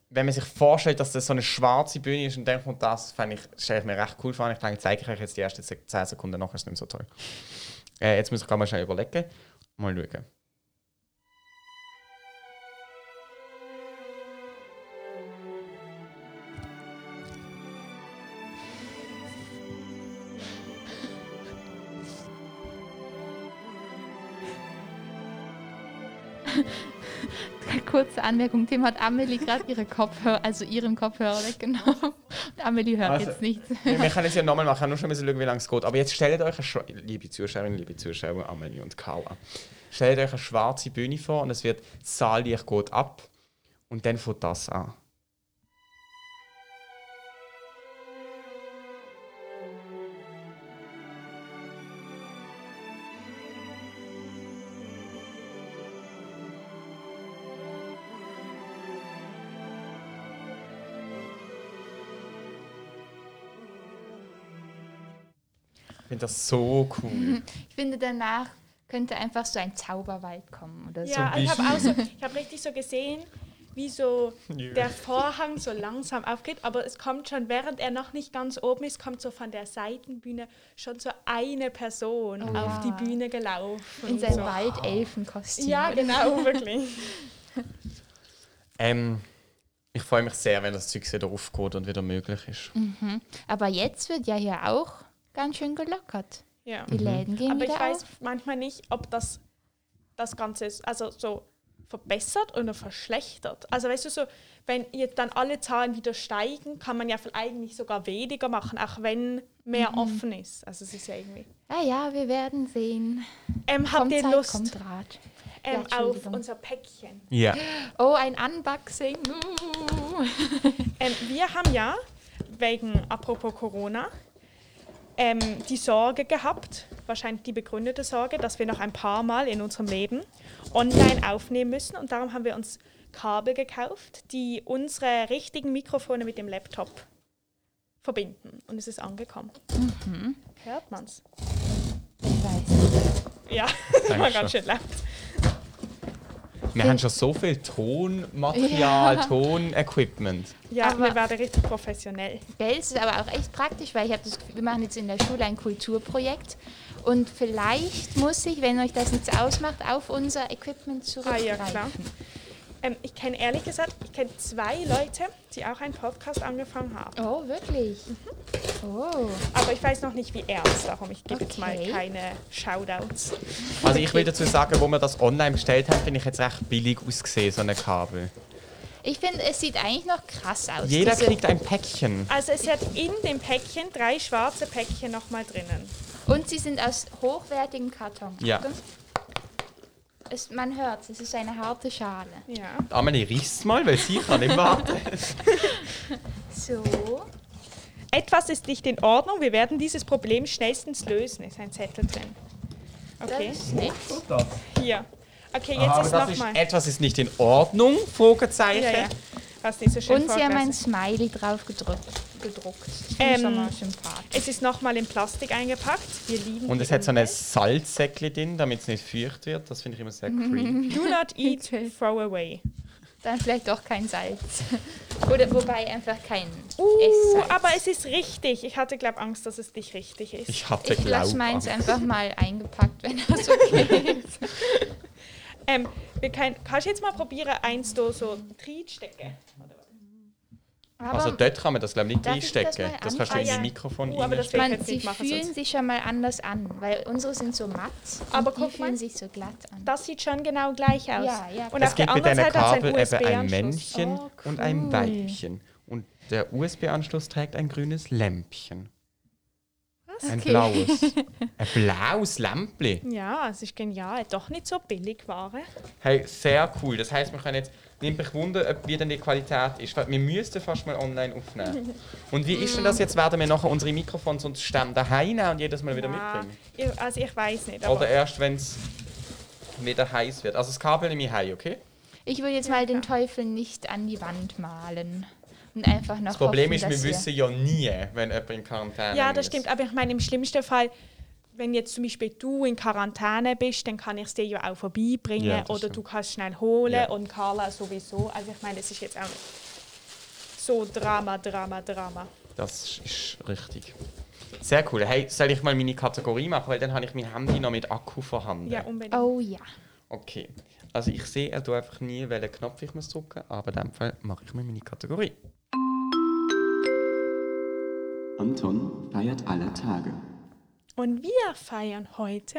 Speaker 2: Wenn man sich vorstellt, dass das so eine schwarze Bühne ist und dann kommt das, fänd ich, stelle ich mir recht cool vor. Ich denke, zeige ich euch jetzt die ersten se- 10 Sekunden, nachher ist es nicht mehr so toll. Äh, jetzt muss ich gerade mal schnell überlegen. Mal schauen.
Speaker 1: Kurze Anmerkung, Tim hat Amelie gerade ihre Kopfhörer, also ihren Kopfhörer weggenommen. Und Amelie hört
Speaker 2: Also-
Speaker 1: jetzt nichts.
Speaker 2: Wir, wir können es ja nochmal machen, ich habe nur schon müssen schauen, wie lange es geht. Aber jetzt stellt euch, eine schwa- liebe Zuschauerinnen, liebe Zuschauer, Amelie und Carla, stellt euch eine schwarze Bühne vor und es wird Saallicht geht ab und dann fängt das an. Ich finde das so cool.
Speaker 1: Ich finde, danach könnte einfach so ein Zauberwald kommen oder so.
Speaker 3: Ja, also ich habe auch so, ich habe richtig so gesehen, wie so
Speaker 2: Ja.
Speaker 3: der Vorhang so langsam aufgeht, aber es kommt schon, während er noch nicht ganz oben ist, kommt so von der Seitenbühne schon so eine Person auf die Bühne gelaufen.
Speaker 1: Oh In
Speaker 3: und
Speaker 1: sein
Speaker 3: so.
Speaker 1: Waldelfenkostüm.
Speaker 3: Ja, genau, wirklich.
Speaker 2: Ähm, ich freue mich sehr, wenn das Zeug wieder aufgeht und wieder möglich ist.
Speaker 1: Aber jetzt wird ja hier auch ganz schön gelockert.
Speaker 3: Ja.
Speaker 1: Die Läden gehen
Speaker 3: Aber ich
Speaker 1: wieder
Speaker 3: weiß
Speaker 1: auf.
Speaker 3: manchmal nicht, ob das das Ganze ist, also so verbessert oder verschlechtert. Also weißt du so, wenn jetzt dann alle Zahlen wieder steigen, kann man ja eigentlich sogar weniger machen, auch wenn mehr
Speaker 1: Mhm.
Speaker 3: offen ist. Also es ist ja irgendwie.
Speaker 1: Ah ja, wir werden sehen.
Speaker 3: Ähm, habt
Speaker 1: kommt
Speaker 3: ihr
Speaker 1: Zeit,
Speaker 3: Lust
Speaker 1: kommt Rat. Ja,
Speaker 3: ähm, auf
Speaker 1: Entschuldigung.
Speaker 3: unser Päckchen?
Speaker 2: Ja.
Speaker 1: Oh, ein Unboxing. Uh.
Speaker 3: Ähm, wir haben ja wegen, apropos Corona, ähm, die Sorge gehabt, wahrscheinlich die begründete Sorge, dass wir noch ein paar Mal in unserem Leben online aufnehmen müssen. Und darum haben wir uns Kabel gekauft, die unsere richtigen Mikrofone mit dem Laptop verbinden. Und es ist angekommen. Hört man's?
Speaker 1: Mhm. Ich weiß.
Speaker 3: Ja, das war ganz
Speaker 2: schon.
Speaker 3: schön laut.
Speaker 2: Wir haben schon so viel Tonmaterial, Tonequipment.
Speaker 3: Ja,
Speaker 1: Aber-
Speaker 3: wir werden richtig professionell.
Speaker 1: Gell, es ist aber auch echt praktisch, weil ich habe das Gefühl, wir machen jetzt in der Schule ein Kulturprojekt und vielleicht muss ich, wenn euch das nichts ausmacht, auf unser Equipment
Speaker 3: Ah
Speaker 1: zurückgreifen.
Speaker 3: ja, klar. Ähm, ich kenne ehrlich gesagt, ich kenne zwei Leute, die auch einen Podcast angefangen haben.
Speaker 1: Oh, wirklich? Oh.
Speaker 3: Aber ich weiß noch nicht, wie ernst, darum ich gebe jetzt mal
Speaker 1: Okay.
Speaker 3: keine Shoutouts.
Speaker 2: Also ich will dazu sagen, wo wir das online bestellt haben, finde ich jetzt recht billig ausgesehen, so ein Kabel.
Speaker 1: Ich finde, es sieht eigentlich noch krass aus.
Speaker 2: Jeder
Speaker 1: diese-
Speaker 2: kriegt ein Päckchen.
Speaker 3: Also es hat in dem Päckchen drei schwarze Päckchen nochmal drinnen.
Speaker 1: Und sie sind aus hochwertigem Karton.
Speaker 2: Ja.
Speaker 1: Guck. Es, man hört es ist eine harte Schale.
Speaker 3: Ja.
Speaker 2: Amelie, riech's mal, weil sie kann nicht warten.
Speaker 1: So.
Speaker 3: Etwas ist nicht in Ordnung, wir werden dieses Problem schnellstens lösen, ist ein Zettel drin. Okay,
Speaker 1: Das ist nichts.
Speaker 3: hier. Okay, jetzt
Speaker 2: Ah, Aber
Speaker 3: ist
Speaker 2: das ist
Speaker 3: nochmal.
Speaker 2: etwas ist nicht in Ordnung, Fragezeichen.
Speaker 3: Ja, ja. Hast nicht so
Speaker 1: Und
Speaker 3: schön
Speaker 1: sie haben ein
Speaker 3: vorgelesen.
Speaker 1: Smiley drauf gedrückt. gedruckt. Das finde
Speaker 3: Ähm,
Speaker 1: ich schon mal sympathisch.
Speaker 3: Es ist nochmal in Plastik eingepackt. Wir lieben
Speaker 2: Und es
Speaker 3: die
Speaker 2: hat so ein
Speaker 1: Mhm.
Speaker 3: Umwelt.
Speaker 2: Salzsäckchen drin, damit es nicht feucht wird. Das finde ich immer sehr
Speaker 1: Mhm.
Speaker 2: creepy.
Speaker 3: Do not eat, throw away.
Speaker 1: Dann vielleicht doch kein Salz. Oder wobei einfach kein
Speaker 3: Uh,
Speaker 1: Esssalz.
Speaker 3: aber es ist richtig. Ich hatte, glaube Angst, dass es nicht richtig ist.
Speaker 2: Ich hatte
Speaker 1: ich lasse
Speaker 2: Glauben.
Speaker 1: meins einfach mal eingepackt, wenn das okay ist.
Speaker 3: Ähm, wir können, kannst du jetzt mal probieren, eins da so reinstecken?
Speaker 1: Aber
Speaker 2: Also dort kann man das glaube ich nicht
Speaker 1: Darf ich das
Speaker 2: reinstecken.
Speaker 1: mal Oh,
Speaker 2: Das, kannst du in
Speaker 3: anschauen?
Speaker 2: dein
Speaker 3: Ah, ja.
Speaker 2: Mikrofon
Speaker 3: Uh, aber das
Speaker 2: reinstecken.
Speaker 1: man,
Speaker 3: jetzt
Speaker 1: sie
Speaker 3: nicht machen
Speaker 1: fühlen
Speaker 3: sonst.
Speaker 1: sich schon mal anders an, weil unsere sind so matt.
Speaker 3: Aber
Speaker 1: und
Speaker 3: guck
Speaker 1: die fühlen
Speaker 3: mal.
Speaker 1: sich so glatt an.
Speaker 3: Das sieht schon genau gleich aus.
Speaker 1: Ja, ja.
Speaker 3: Und
Speaker 2: Es
Speaker 3: auf der
Speaker 2: gibt mit
Speaker 3: anderen
Speaker 2: einem
Speaker 3: Seite hat es
Speaker 2: Kabel eben
Speaker 3: einen
Speaker 2: ein
Speaker 3: USB-Anschluss.
Speaker 2: Männchen
Speaker 1: Oh,
Speaker 2: und ein
Speaker 1: cool.
Speaker 2: Weibchen. Und der USB-Anschluss trägt ein grünes Lämpchen. Was? Ein
Speaker 1: Okay.
Speaker 2: blaues. Ein blaues Lämpchen.
Speaker 3: Ja, es ist genial. Doch nicht so billig Ware.
Speaker 2: Hey, sehr cool. Das heisst, wir können jetzt nimmt mich wunder, ob wie denn die Qualität ist. Weil wir müssten fast mal online aufnehmen. Und wie ist denn das jetzt? Werden wir nachher unsere Mikrofons und Stämme daheim nehmen und jedes Mal wieder
Speaker 3: Ja,
Speaker 2: mitbringen?
Speaker 3: ich, also ich weiß nicht.
Speaker 2: Oder
Speaker 3: Aber
Speaker 2: erst, wenn es wieder heiß wird. Also das Kabel nehme ich heim, okay?
Speaker 1: Ich würde jetzt mal den Teufel nicht an die Wand malen. Und einfach noch
Speaker 2: Das Problem
Speaker 1: hoffen,
Speaker 2: ist, wir
Speaker 1: dass
Speaker 2: wissen ja nie, wenn jemand in Quarantäne
Speaker 3: ja,
Speaker 2: ist.
Speaker 3: das stimmt. Aber ich meine, im schlimmsten Fall, wenn jetzt zum Beispiel du in Quarantäne bist, dann kann ich es dir ja auch vorbeibringen.
Speaker 2: Ja, das
Speaker 3: oder
Speaker 2: stimmt.
Speaker 3: du kannst schnell holen
Speaker 2: Ja.
Speaker 3: und Carla sowieso. Also ich meine, es ist jetzt auch nicht so Drama, Drama, Drama.
Speaker 2: Das ist richtig. Sehr cool. Hey, soll ich mal meine Kategorie machen? Weil dann habe ich mein Handy noch mit Akku vorhanden.
Speaker 3: Ja, unbedingt.
Speaker 1: Oh ja.
Speaker 2: Okay. Also ich sehe er tut einfach nie, welchen Knopf ich muss drücken, aber in dem Fall mache ich mir meine Kategorie.
Speaker 4: Anton feiert alle Tage.
Speaker 3: Und wir feiern heute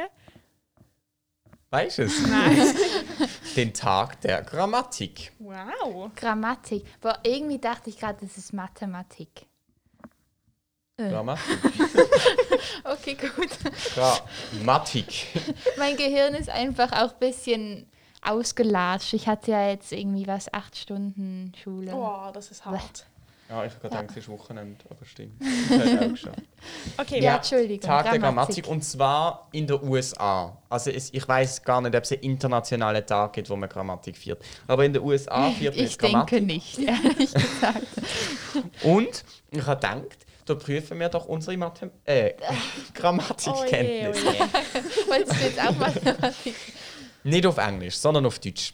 Speaker 2: Weißt du es? Den Tag der Grammatik.
Speaker 3: Wow.
Speaker 1: Grammatik. Boah, irgendwie dachte ich gerade, das ist Mathematik.
Speaker 2: Grammatik.
Speaker 1: Okay, gut.
Speaker 2: Grammatik.
Speaker 1: mein Gehirn ist einfach auch ein bisschen ausgelatscht. Ich hatte ja jetzt irgendwie was, acht Stunden Schule.
Speaker 3: Oh, das ist hart.
Speaker 2: Ja, ich habe gerade gedacht, es ist Wochenende, aber stimmt. Das hat auch geschafft.
Speaker 3: Okay,
Speaker 1: Ja, Entschuldigung.
Speaker 2: Tag der Grammatik und zwar in den USA. Also es, ich weiß gar nicht, ob es einen internationalen Tag gibt, wo man Grammatik feiert. Aber in den USA feiert man
Speaker 1: Ich
Speaker 2: jetzt Grammatik.
Speaker 1: denke nicht, ehrlich gesagt.
Speaker 2: Und ich habe gedacht, da prüfen wir doch unsere Mathem äh,
Speaker 1: Oh
Speaker 2: Grammatikkenntnisse.
Speaker 3: Oje, oje.
Speaker 1: Wolltest du jetzt auch Mathematik?
Speaker 2: Nicht auf Englisch, sondern auf Deutsch.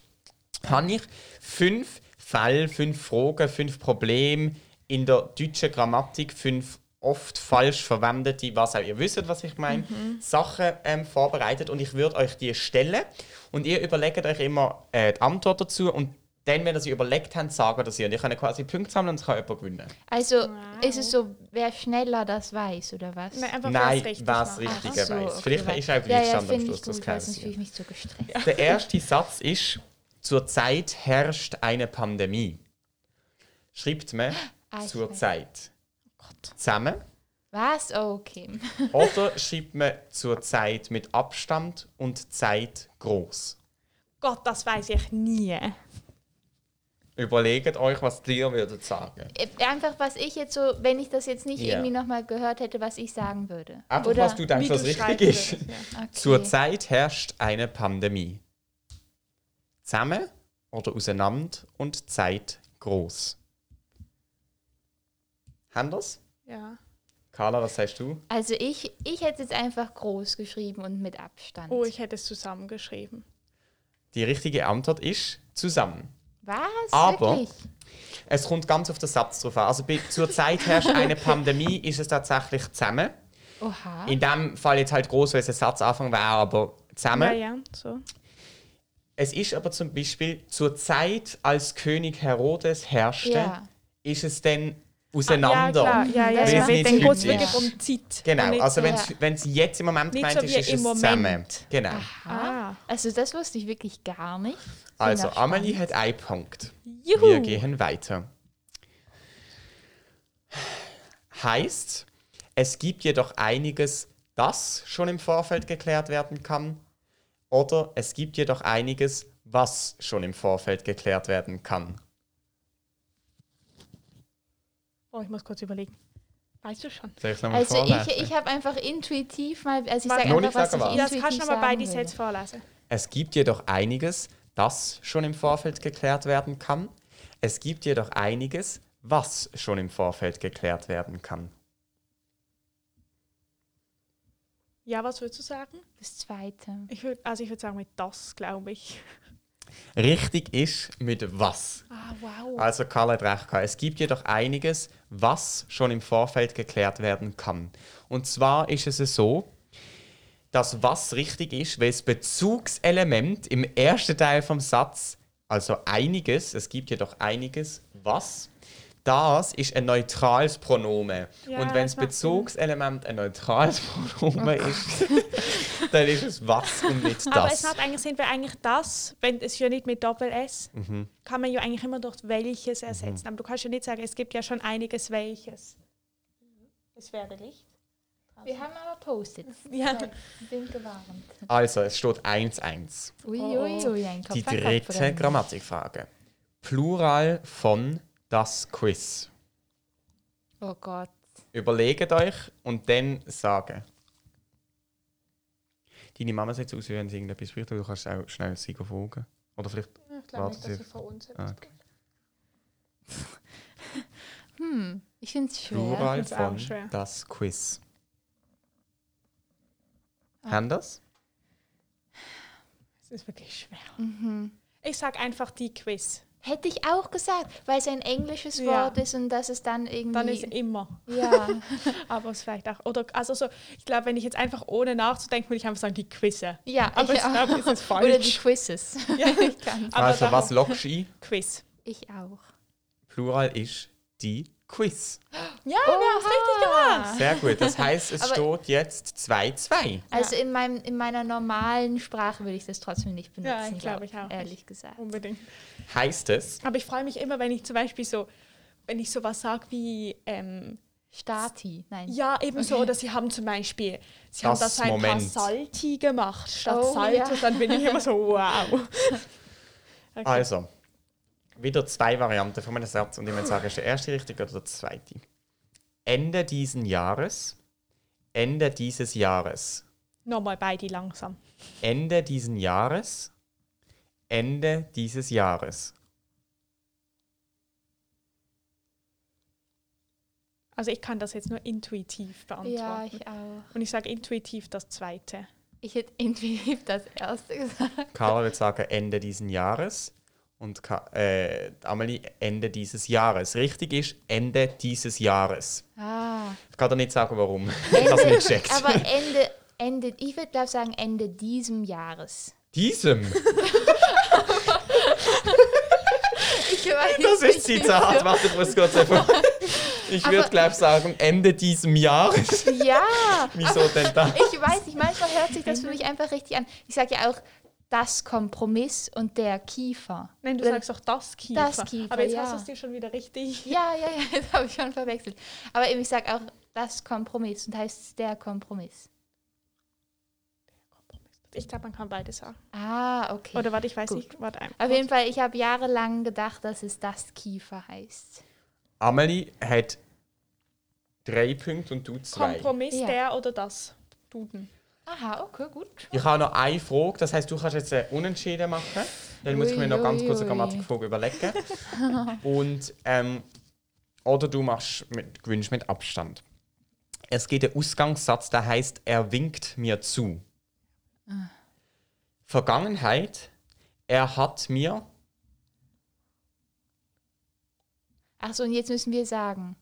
Speaker 2: Habe ich fünf Fälle, fünf Fragen, fünf Probleme in der deutschen Grammatik, fünf oft falsch verwendete, was auch ihr wisst, was ich meine, Sachen ähm, vorbereitet und ich würde euch die stellen und ihr überlegt euch immer äh, die Antwort dazu und dann, wenn ihr sie überlegt habt, sagen das ihr und ihr könnt quasi Punkte sammeln und es kann jemand gewinnen.
Speaker 1: Also ist es so, wer schneller das weiß, oder was?
Speaker 3: Nein, einfach
Speaker 2: Nein,
Speaker 3: was richtig
Speaker 2: was
Speaker 3: machen.
Speaker 1: Ach
Speaker 2: richtiger
Speaker 1: so,
Speaker 2: weiß.
Speaker 1: okay,
Speaker 2: Vielleicht
Speaker 1: warte.
Speaker 2: ist auch
Speaker 1: ja, ja,
Speaker 2: Gleichstand am
Speaker 1: finde
Speaker 2: Schluss,
Speaker 1: ich
Speaker 2: das
Speaker 1: gut,
Speaker 2: kann
Speaker 1: weil sonst
Speaker 2: sein.
Speaker 1: fühle ich mich so gestresst.
Speaker 2: Der erste Satz ist Zurzeit herrscht eine Pandemie. Schreibt man
Speaker 1: Ah, ich Oh
Speaker 2: zurzeit zusammen
Speaker 1: Was? Oh, okay.
Speaker 2: oder schreibt man zurzeit mit Abstand und Zeit groß.
Speaker 3: Gott, das weiß ich nie.
Speaker 2: Überlegt euch, was ihr würdet sagen.
Speaker 1: Äh, Einfach, was ich jetzt so, wenn ich das jetzt nicht
Speaker 2: Ja.
Speaker 1: irgendwie nochmal gehört hätte, was ich sagen würde.
Speaker 2: Einfach,
Speaker 1: Oder?
Speaker 2: was du denkst, was richtig
Speaker 3: schreiben
Speaker 2: ist.
Speaker 3: würdest, ja.
Speaker 1: Okay.
Speaker 2: Zurzeit herrscht eine Pandemie. Zusammen oder auseinander und Zeit groß. Haben wir's?
Speaker 3: Ja.
Speaker 2: Carla, was sagst du?
Speaker 1: Also ich, ich hätte es jetzt einfach groß geschrieben und mit Abstand.
Speaker 3: Oh, ich hätte es zusammengeschrieben.
Speaker 2: Die richtige Antwort ist zusammen.
Speaker 1: Was?
Speaker 2: Aber-
Speaker 1: Wirklich?
Speaker 2: Es kommt ganz auf den Satz drauf an. Also bei zurzeit herrscht eine Pandemie, ist es tatsächlich zusammen.
Speaker 1: Oha.
Speaker 2: In dem Fall jetzt halt groß, weil es ein Satzanfang wäre, aber zusammen.
Speaker 3: Ja, ja, so.
Speaker 2: Es ist aber zum Beispiel zur Zeit, als König Herodes herrschte,
Speaker 1: Ja.
Speaker 2: ist es dann auseinander.
Speaker 3: Ah, Ja, klar. Ja, ja,
Speaker 1: Weil
Speaker 3: ja.
Speaker 1: es nicht
Speaker 3: Dann geht es
Speaker 1: heute
Speaker 3: wirklich
Speaker 1: ist.
Speaker 3: um Zeit. und
Speaker 2: Genau,
Speaker 3: nicht
Speaker 2: also
Speaker 3: so-
Speaker 2: wenn es jetzt im Moment
Speaker 3: Nicht
Speaker 2: gemeint
Speaker 3: so
Speaker 2: ist,
Speaker 3: wie
Speaker 2: ist
Speaker 3: im
Speaker 2: es
Speaker 3: Moment.
Speaker 2: zusammen. Genau.
Speaker 1: Ah.
Speaker 3: Ah.
Speaker 1: Also das wusste ich wirklich gar nicht. Bin
Speaker 2: Also
Speaker 1: auch
Speaker 2: Amelie
Speaker 1: spannend.
Speaker 2: hat einen Punkt.
Speaker 3: Juhu.
Speaker 2: Wir gehen weiter. Heißt, es gibt jedoch einiges, das schon im Vorfeld geklärt werden kann. Oder es gibt jedoch einiges, was schon im Vorfeld geklärt werden kann.
Speaker 3: Oh, ich muss kurz überlegen. Weißt du schon?
Speaker 2: Soll ich nochmal
Speaker 1: Also
Speaker 2: vorlesen?
Speaker 1: ich, ich habe einfach intuitiv mal, also ich
Speaker 3: Warte.
Speaker 1: sage
Speaker 2: Nur
Speaker 1: einfach,
Speaker 2: nicht
Speaker 1: was ich
Speaker 2: sagen, was.
Speaker 3: Das
Speaker 1: intuitiv
Speaker 3: kannst du aber
Speaker 1: sagen
Speaker 3: beide
Speaker 1: würde.
Speaker 3: Sätze vorlesen.
Speaker 2: Es gibt jedoch einiges, das schon im Vorfeld geklärt werden kann. Es gibt jedoch einiges, was schon im Vorfeld geklärt werden kann.
Speaker 3: Ja, was würdest du sagen?
Speaker 1: Das zweite.
Speaker 3: Ich würd, also ich würde sagen mit das, glaube ich.
Speaker 2: Richtig ist mit was.
Speaker 3: Ah, wow.
Speaker 2: Also Karl hat recht gehabt. Es gibt jedoch einiges, was schon im Vorfeld geklärt werden kann. Und zwar ist es so, dass was richtig ist, weil das Bezugselement im ersten Teil vom Satz, also einiges, es gibt jedoch einiges, was, das ist ein neutrales Pronomen.
Speaker 3: Ja,
Speaker 2: Und wenn
Speaker 3: das
Speaker 2: das
Speaker 3: macht Sinn. Oh
Speaker 2: Bezugselement ein neutrales Pronomen ist, dann ist es was und nicht das.
Speaker 3: Aber es macht eigentlich Sinn, weil eigentlich das, wenn es ja nicht mit Doppel-S,
Speaker 2: Mhm.
Speaker 3: kann man ja eigentlich immer durch welches ersetzen. Aber du kannst ja nicht sagen, es gibt ja schon einiges welches. Es wäre Licht.
Speaker 1: Wir haben aber Post-its.
Speaker 3: Ja.
Speaker 1: Sind gewarnt.
Speaker 2: also, es steht 1-1.
Speaker 3: Oh,
Speaker 1: Uiuiui, ein Kopf
Speaker 2: Die
Speaker 1: an Kopf
Speaker 2: dritte
Speaker 1: rennen.
Speaker 2: Grammatikfrage. Plural von das Quiz.
Speaker 1: Oh Gott.
Speaker 2: Überlegt euch und dann sagen. Deine Mama sagt so aus, wie wenn sie irgendetwas spricht, aber du kannst auch schnell sie folgen. Oder vielleicht.
Speaker 3: Ich
Speaker 2: glaub nicht, dass sie
Speaker 3: von uns
Speaker 2: etwas Ah.
Speaker 1: Ich finde es schwer.
Speaker 2: Plural
Speaker 3: find's auch
Speaker 2: von
Speaker 3: schwer.
Speaker 2: das Quiz. Haben das?
Speaker 3: Es ist wirklich schwer. Ich sage einfach die Quiz.
Speaker 1: Hätte ich auch gesagt, weil es ein englisches
Speaker 3: Ja.
Speaker 1: Wort ist und dass es dann irgendwie.
Speaker 3: Dann ist immer.
Speaker 1: ja.
Speaker 3: Aber es vielleicht auch. Oder also so, ich glaube, wenn ich jetzt einfach ohne nachzudenken, würde ich einfach sagen, die Quizze.
Speaker 1: ja,
Speaker 3: Aber
Speaker 1: ich
Speaker 3: ich glaube, es ist falsch.
Speaker 1: Oder die Quizzes.
Speaker 3: Ja.
Speaker 1: ich, kann.
Speaker 3: Aber
Speaker 2: also,
Speaker 3: darum-
Speaker 2: was lockst du ein?
Speaker 3: Quiz.
Speaker 1: ich auch.
Speaker 2: Plural ist die Quiz.
Speaker 3: Ja, wir
Speaker 1: Oh.
Speaker 3: haben es Genau, richtig gemacht.
Speaker 2: Sehr gut. Das heißt, es
Speaker 1: Aber-
Speaker 2: steht jetzt 2-2.
Speaker 1: Also in, meinem, in meiner normalen Sprache würde ich das trotzdem nicht benutzen.
Speaker 3: Ja, ich glaube, ich auch
Speaker 1: Ehrlich
Speaker 3: nicht. Um
Speaker 1: gesagt.
Speaker 3: Unbedingt.
Speaker 2: Heißt es,
Speaker 3: Aber ich freue mich immer, wenn ich zum Beispiel so, wenn ich sowas sage wie, ähm,
Speaker 1: Stati. Nein.
Speaker 3: ja, ebenso, oder sie haben zum Beispiel, sie haben
Speaker 2: Das
Speaker 3: das ein paar
Speaker 2: Moment.
Speaker 3: Salti gemacht statt
Speaker 1: Oh,
Speaker 3: Salz
Speaker 1: ja.
Speaker 3: und dann bin ich immer so, wow. Okay.
Speaker 2: Also, wieder zwei Varianten von meinem Satz und ich muss sagen, ist der erste richtig oder der zweite? Ende diesen Jahres, Ende dieses Jahres,
Speaker 3: Nochmal beide langsam.
Speaker 2: Ende diesen Jahres, Ende dieses Jahres.
Speaker 3: Also ich kann das jetzt nur intuitiv
Speaker 1: ja,
Speaker 3: beantworten.
Speaker 1: ich auch.
Speaker 3: und ich sage intuitiv das Zweite.
Speaker 1: Ich hätte intuitiv das erste gesagt.
Speaker 2: Carla wird sagen Ende diesen Jahres und Ka äh, Amelie Ende dieses Jahres. Richtig ist Ende dieses Jahres.
Speaker 1: Ah.
Speaker 2: Ich kann dir nicht sagen, warum. Ich habe nicht gecheckt.
Speaker 1: Aber Ende, Ende, ich würde glaube sagen Ende diesem Jahres.
Speaker 2: Diesem?
Speaker 1: Ich weiß
Speaker 2: Das ist Zitat. Warte, ich muss kurz einfach. Ich würde
Speaker 1: Aber-
Speaker 2: glaube sagen, Ende diesem Jahres.
Speaker 1: Ja.
Speaker 2: Wieso denn da?
Speaker 1: Ich weiß, ich manchmal hört sich das für mich einfach richtig an. Ich sage ja auch das Kompromiss und der Kiefer.
Speaker 3: Nein, du
Speaker 1: Oder-
Speaker 3: sagst auch das Kiefer.
Speaker 1: Das Kiefer,
Speaker 3: Aber jetzt
Speaker 1: ja.
Speaker 3: hast du es dir schon wieder richtig.
Speaker 1: Ja, ja, ja, das habe ich schon verwechselt. Aber eben, ich sage auch das Kompromiss und heißt der Kompromiss.
Speaker 3: Ich glaube, man kann beides sagen.
Speaker 1: Ah, okay.
Speaker 3: Oder warte, ich weiß
Speaker 1: Gut.
Speaker 3: nicht. Warte ein.
Speaker 1: Auf jeden Fall, ich habe jahrelang gedacht, dass es das Kiefer heißt.
Speaker 2: Amelie hat drei Punkte und du zwei.
Speaker 3: Kompromiss
Speaker 1: Ja.
Speaker 3: der oder das. Duden.
Speaker 1: Aha, okay, gut.
Speaker 2: Ich habe noch eine Frage, das heisst, du kannst jetzt äh, unentschieden machen. Dann muss ich mir noch ganz kurz eine
Speaker 1: Uiuiui.
Speaker 2: Grammatikfrage überlegen. Und, ähm, oder du machst mit, gewinnst mit Abstand. Es geht der Ausgangssatz, der heißt, er winkt mir zu. Vergangenheit, er hat mir,
Speaker 1: Achso, und jetzt müssen wir sagen.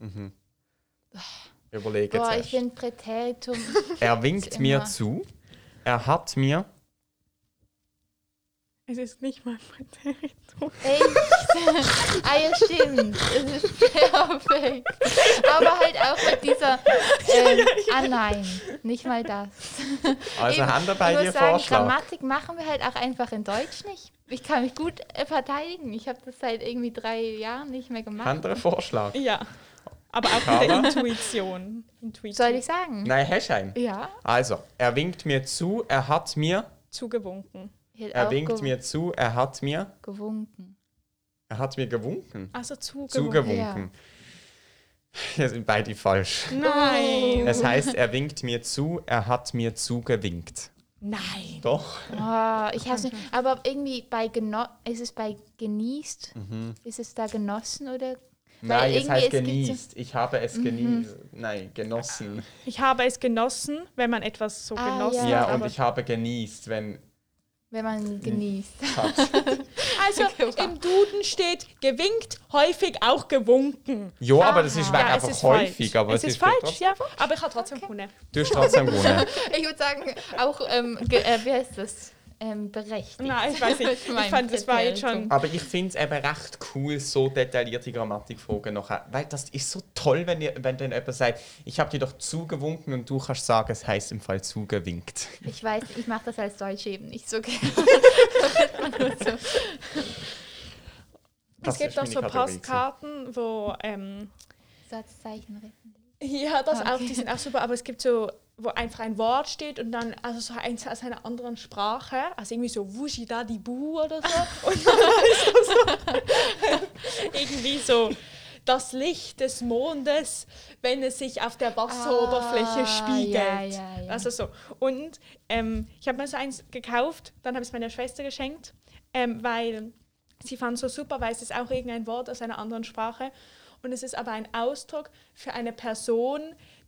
Speaker 2: überlege
Speaker 1: Boah, ich
Speaker 2: zuerst.
Speaker 1: bin Präteritum.
Speaker 2: er winkt
Speaker 1: ist
Speaker 2: mir
Speaker 1: immer-
Speaker 2: zu, er hat mir,
Speaker 3: Es ist nicht mein Präteritum.
Speaker 1: Echt? ah, ja, stimmt. Es ist perfekt. Aber halt auch mit dieser. Ähm, ah, nein, nicht mal das.
Speaker 2: also
Speaker 1: Eben,
Speaker 2: haben wir
Speaker 1: ich
Speaker 2: bei
Speaker 1: muss
Speaker 2: dir
Speaker 1: sagen,
Speaker 2: Vorschlag.
Speaker 1: Grammatik machen wir halt auch einfach in Deutsch nicht. Ich kann mich gut äh, verteidigen. Ich habe das seit irgendwie drei Jahren nicht mehr gemacht.
Speaker 2: Andere Vorschlag.
Speaker 3: Ja. Aber auch mit der
Speaker 2: Aber-
Speaker 3: Intuition. Intuition.
Speaker 1: Soll ich sagen?
Speaker 2: Nein, hast du einen?
Speaker 1: Ja.
Speaker 2: Also, er winkt mir zu, er hat mir,
Speaker 3: Zugewunken.
Speaker 1: Ich hätte
Speaker 2: er
Speaker 1: auch
Speaker 2: winkt
Speaker 1: gew-
Speaker 2: mir zu, er hat mir,
Speaker 1: gewunken.
Speaker 2: er hat mir gewunken.
Speaker 3: Also zugewunken.
Speaker 2: Zugewunken. Hier sind beide falsch.
Speaker 3: Nein.
Speaker 2: Es heißt, er winkt mir zu, er hat mir zugewinkt.
Speaker 3: Nein.
Speaker 2: Doch.
Speaker 1: Oh, ich hasse. Aber irgendwie bei geno ist es bei genießt? Ist es da genossen oder?
Speaker 2: Mhm. Nein, es
Speaker 1: irgendwie,
Speaker 2: heißt
Speaker 1: gibt so- Mhm.
Speaker 2: genießt. Ich habe es genießt. Nein, genossen.
Speaker 3: Ich habe es genossen, wenn man etwas so
Speaker 1: Ah,
Speaker 3: genossen
Speaker 1: Ja,
Speaker 2: Ja,
Speaker 3: hat.
Speaker 2: und
Speaker 3: aber-
Speaker 2: ich habe genießt, wenn.
Speaker 1: Wenn man
Speaker 2: Mhm.
Speaker 1: genießt.
Speaker 3: Also im Duden steht gewinkt, häufig auch gewunken.
Speaker 2: Jo, aber das ist
Speaker 1: Aha.
Speaker 2: wegen
Speaker 3: Ja, es
Speaker 2: einfach
Speaker 3: ist
Speaker 2: häufig.
Speaker 3: falsch.
Speaker 2: Aber
Speaker 3: es ist falsch,
Speaker 2: Trotzdem,
Speaker 3: ja. Aber ich habe trotzdem gewonnen.
Speaker 2: Du hast trotzdem gewonnen.
Speaker 1: Ich würde sagen, auch, ähm, ge äh, wie heißt das? Ähm, berechtigt.
Speaker 3: Nein, ich weiß nicht. Ich
Speaker 1: mein
Speaker 3: fand, das war jetzt schon-
Speaker 2: Aber ich finde es eben recht cool, so detaillierte Grammatikfragen nachher. Weil das ist so toll, wenn, ihr, wenn dann jemand sagt, ich habe dir doch zugewunken und du kannst sagen, es heißt im Fall zugewinkt.
Speaker 1: Ich weiß, ich mache das als Deutsch eben nicht so gerne.
Speaker 2: Das
Speaker 3: es gibt
Speaker 2: Ah, ist meine
Speaker 3: auch so
Speaker 2: Kategorie
Speaker 3: Postkarten, wo ähm, Ah,
Speaker 1: Satzzeichen reden.
Speaker 3: ja, das auch, die sind auch super, aber es gibt so, wo einfach ein Wort steht und dann also so eins aus einer anderen Sprache, also irgendwie so Wushidadibu oder so. Und dann ist das so, irgendwie so das Licht des Mondes, wenn es sich auf der Wasseroberfläche
Speaker 1: Ah,
Speaker 3: spiegelt.
Speaker 1: ja, ja, ja.
Speaker 3: Also so. Und ähm, ich habe mir so eins gekauft, dann habe ich es meiner Schwester geschenkt, ähm, weil sie fand so super, weil es ist auch irgendein Wort aus einer anderen Sprache. Und es ist aber ein Ausdruck für eine Person,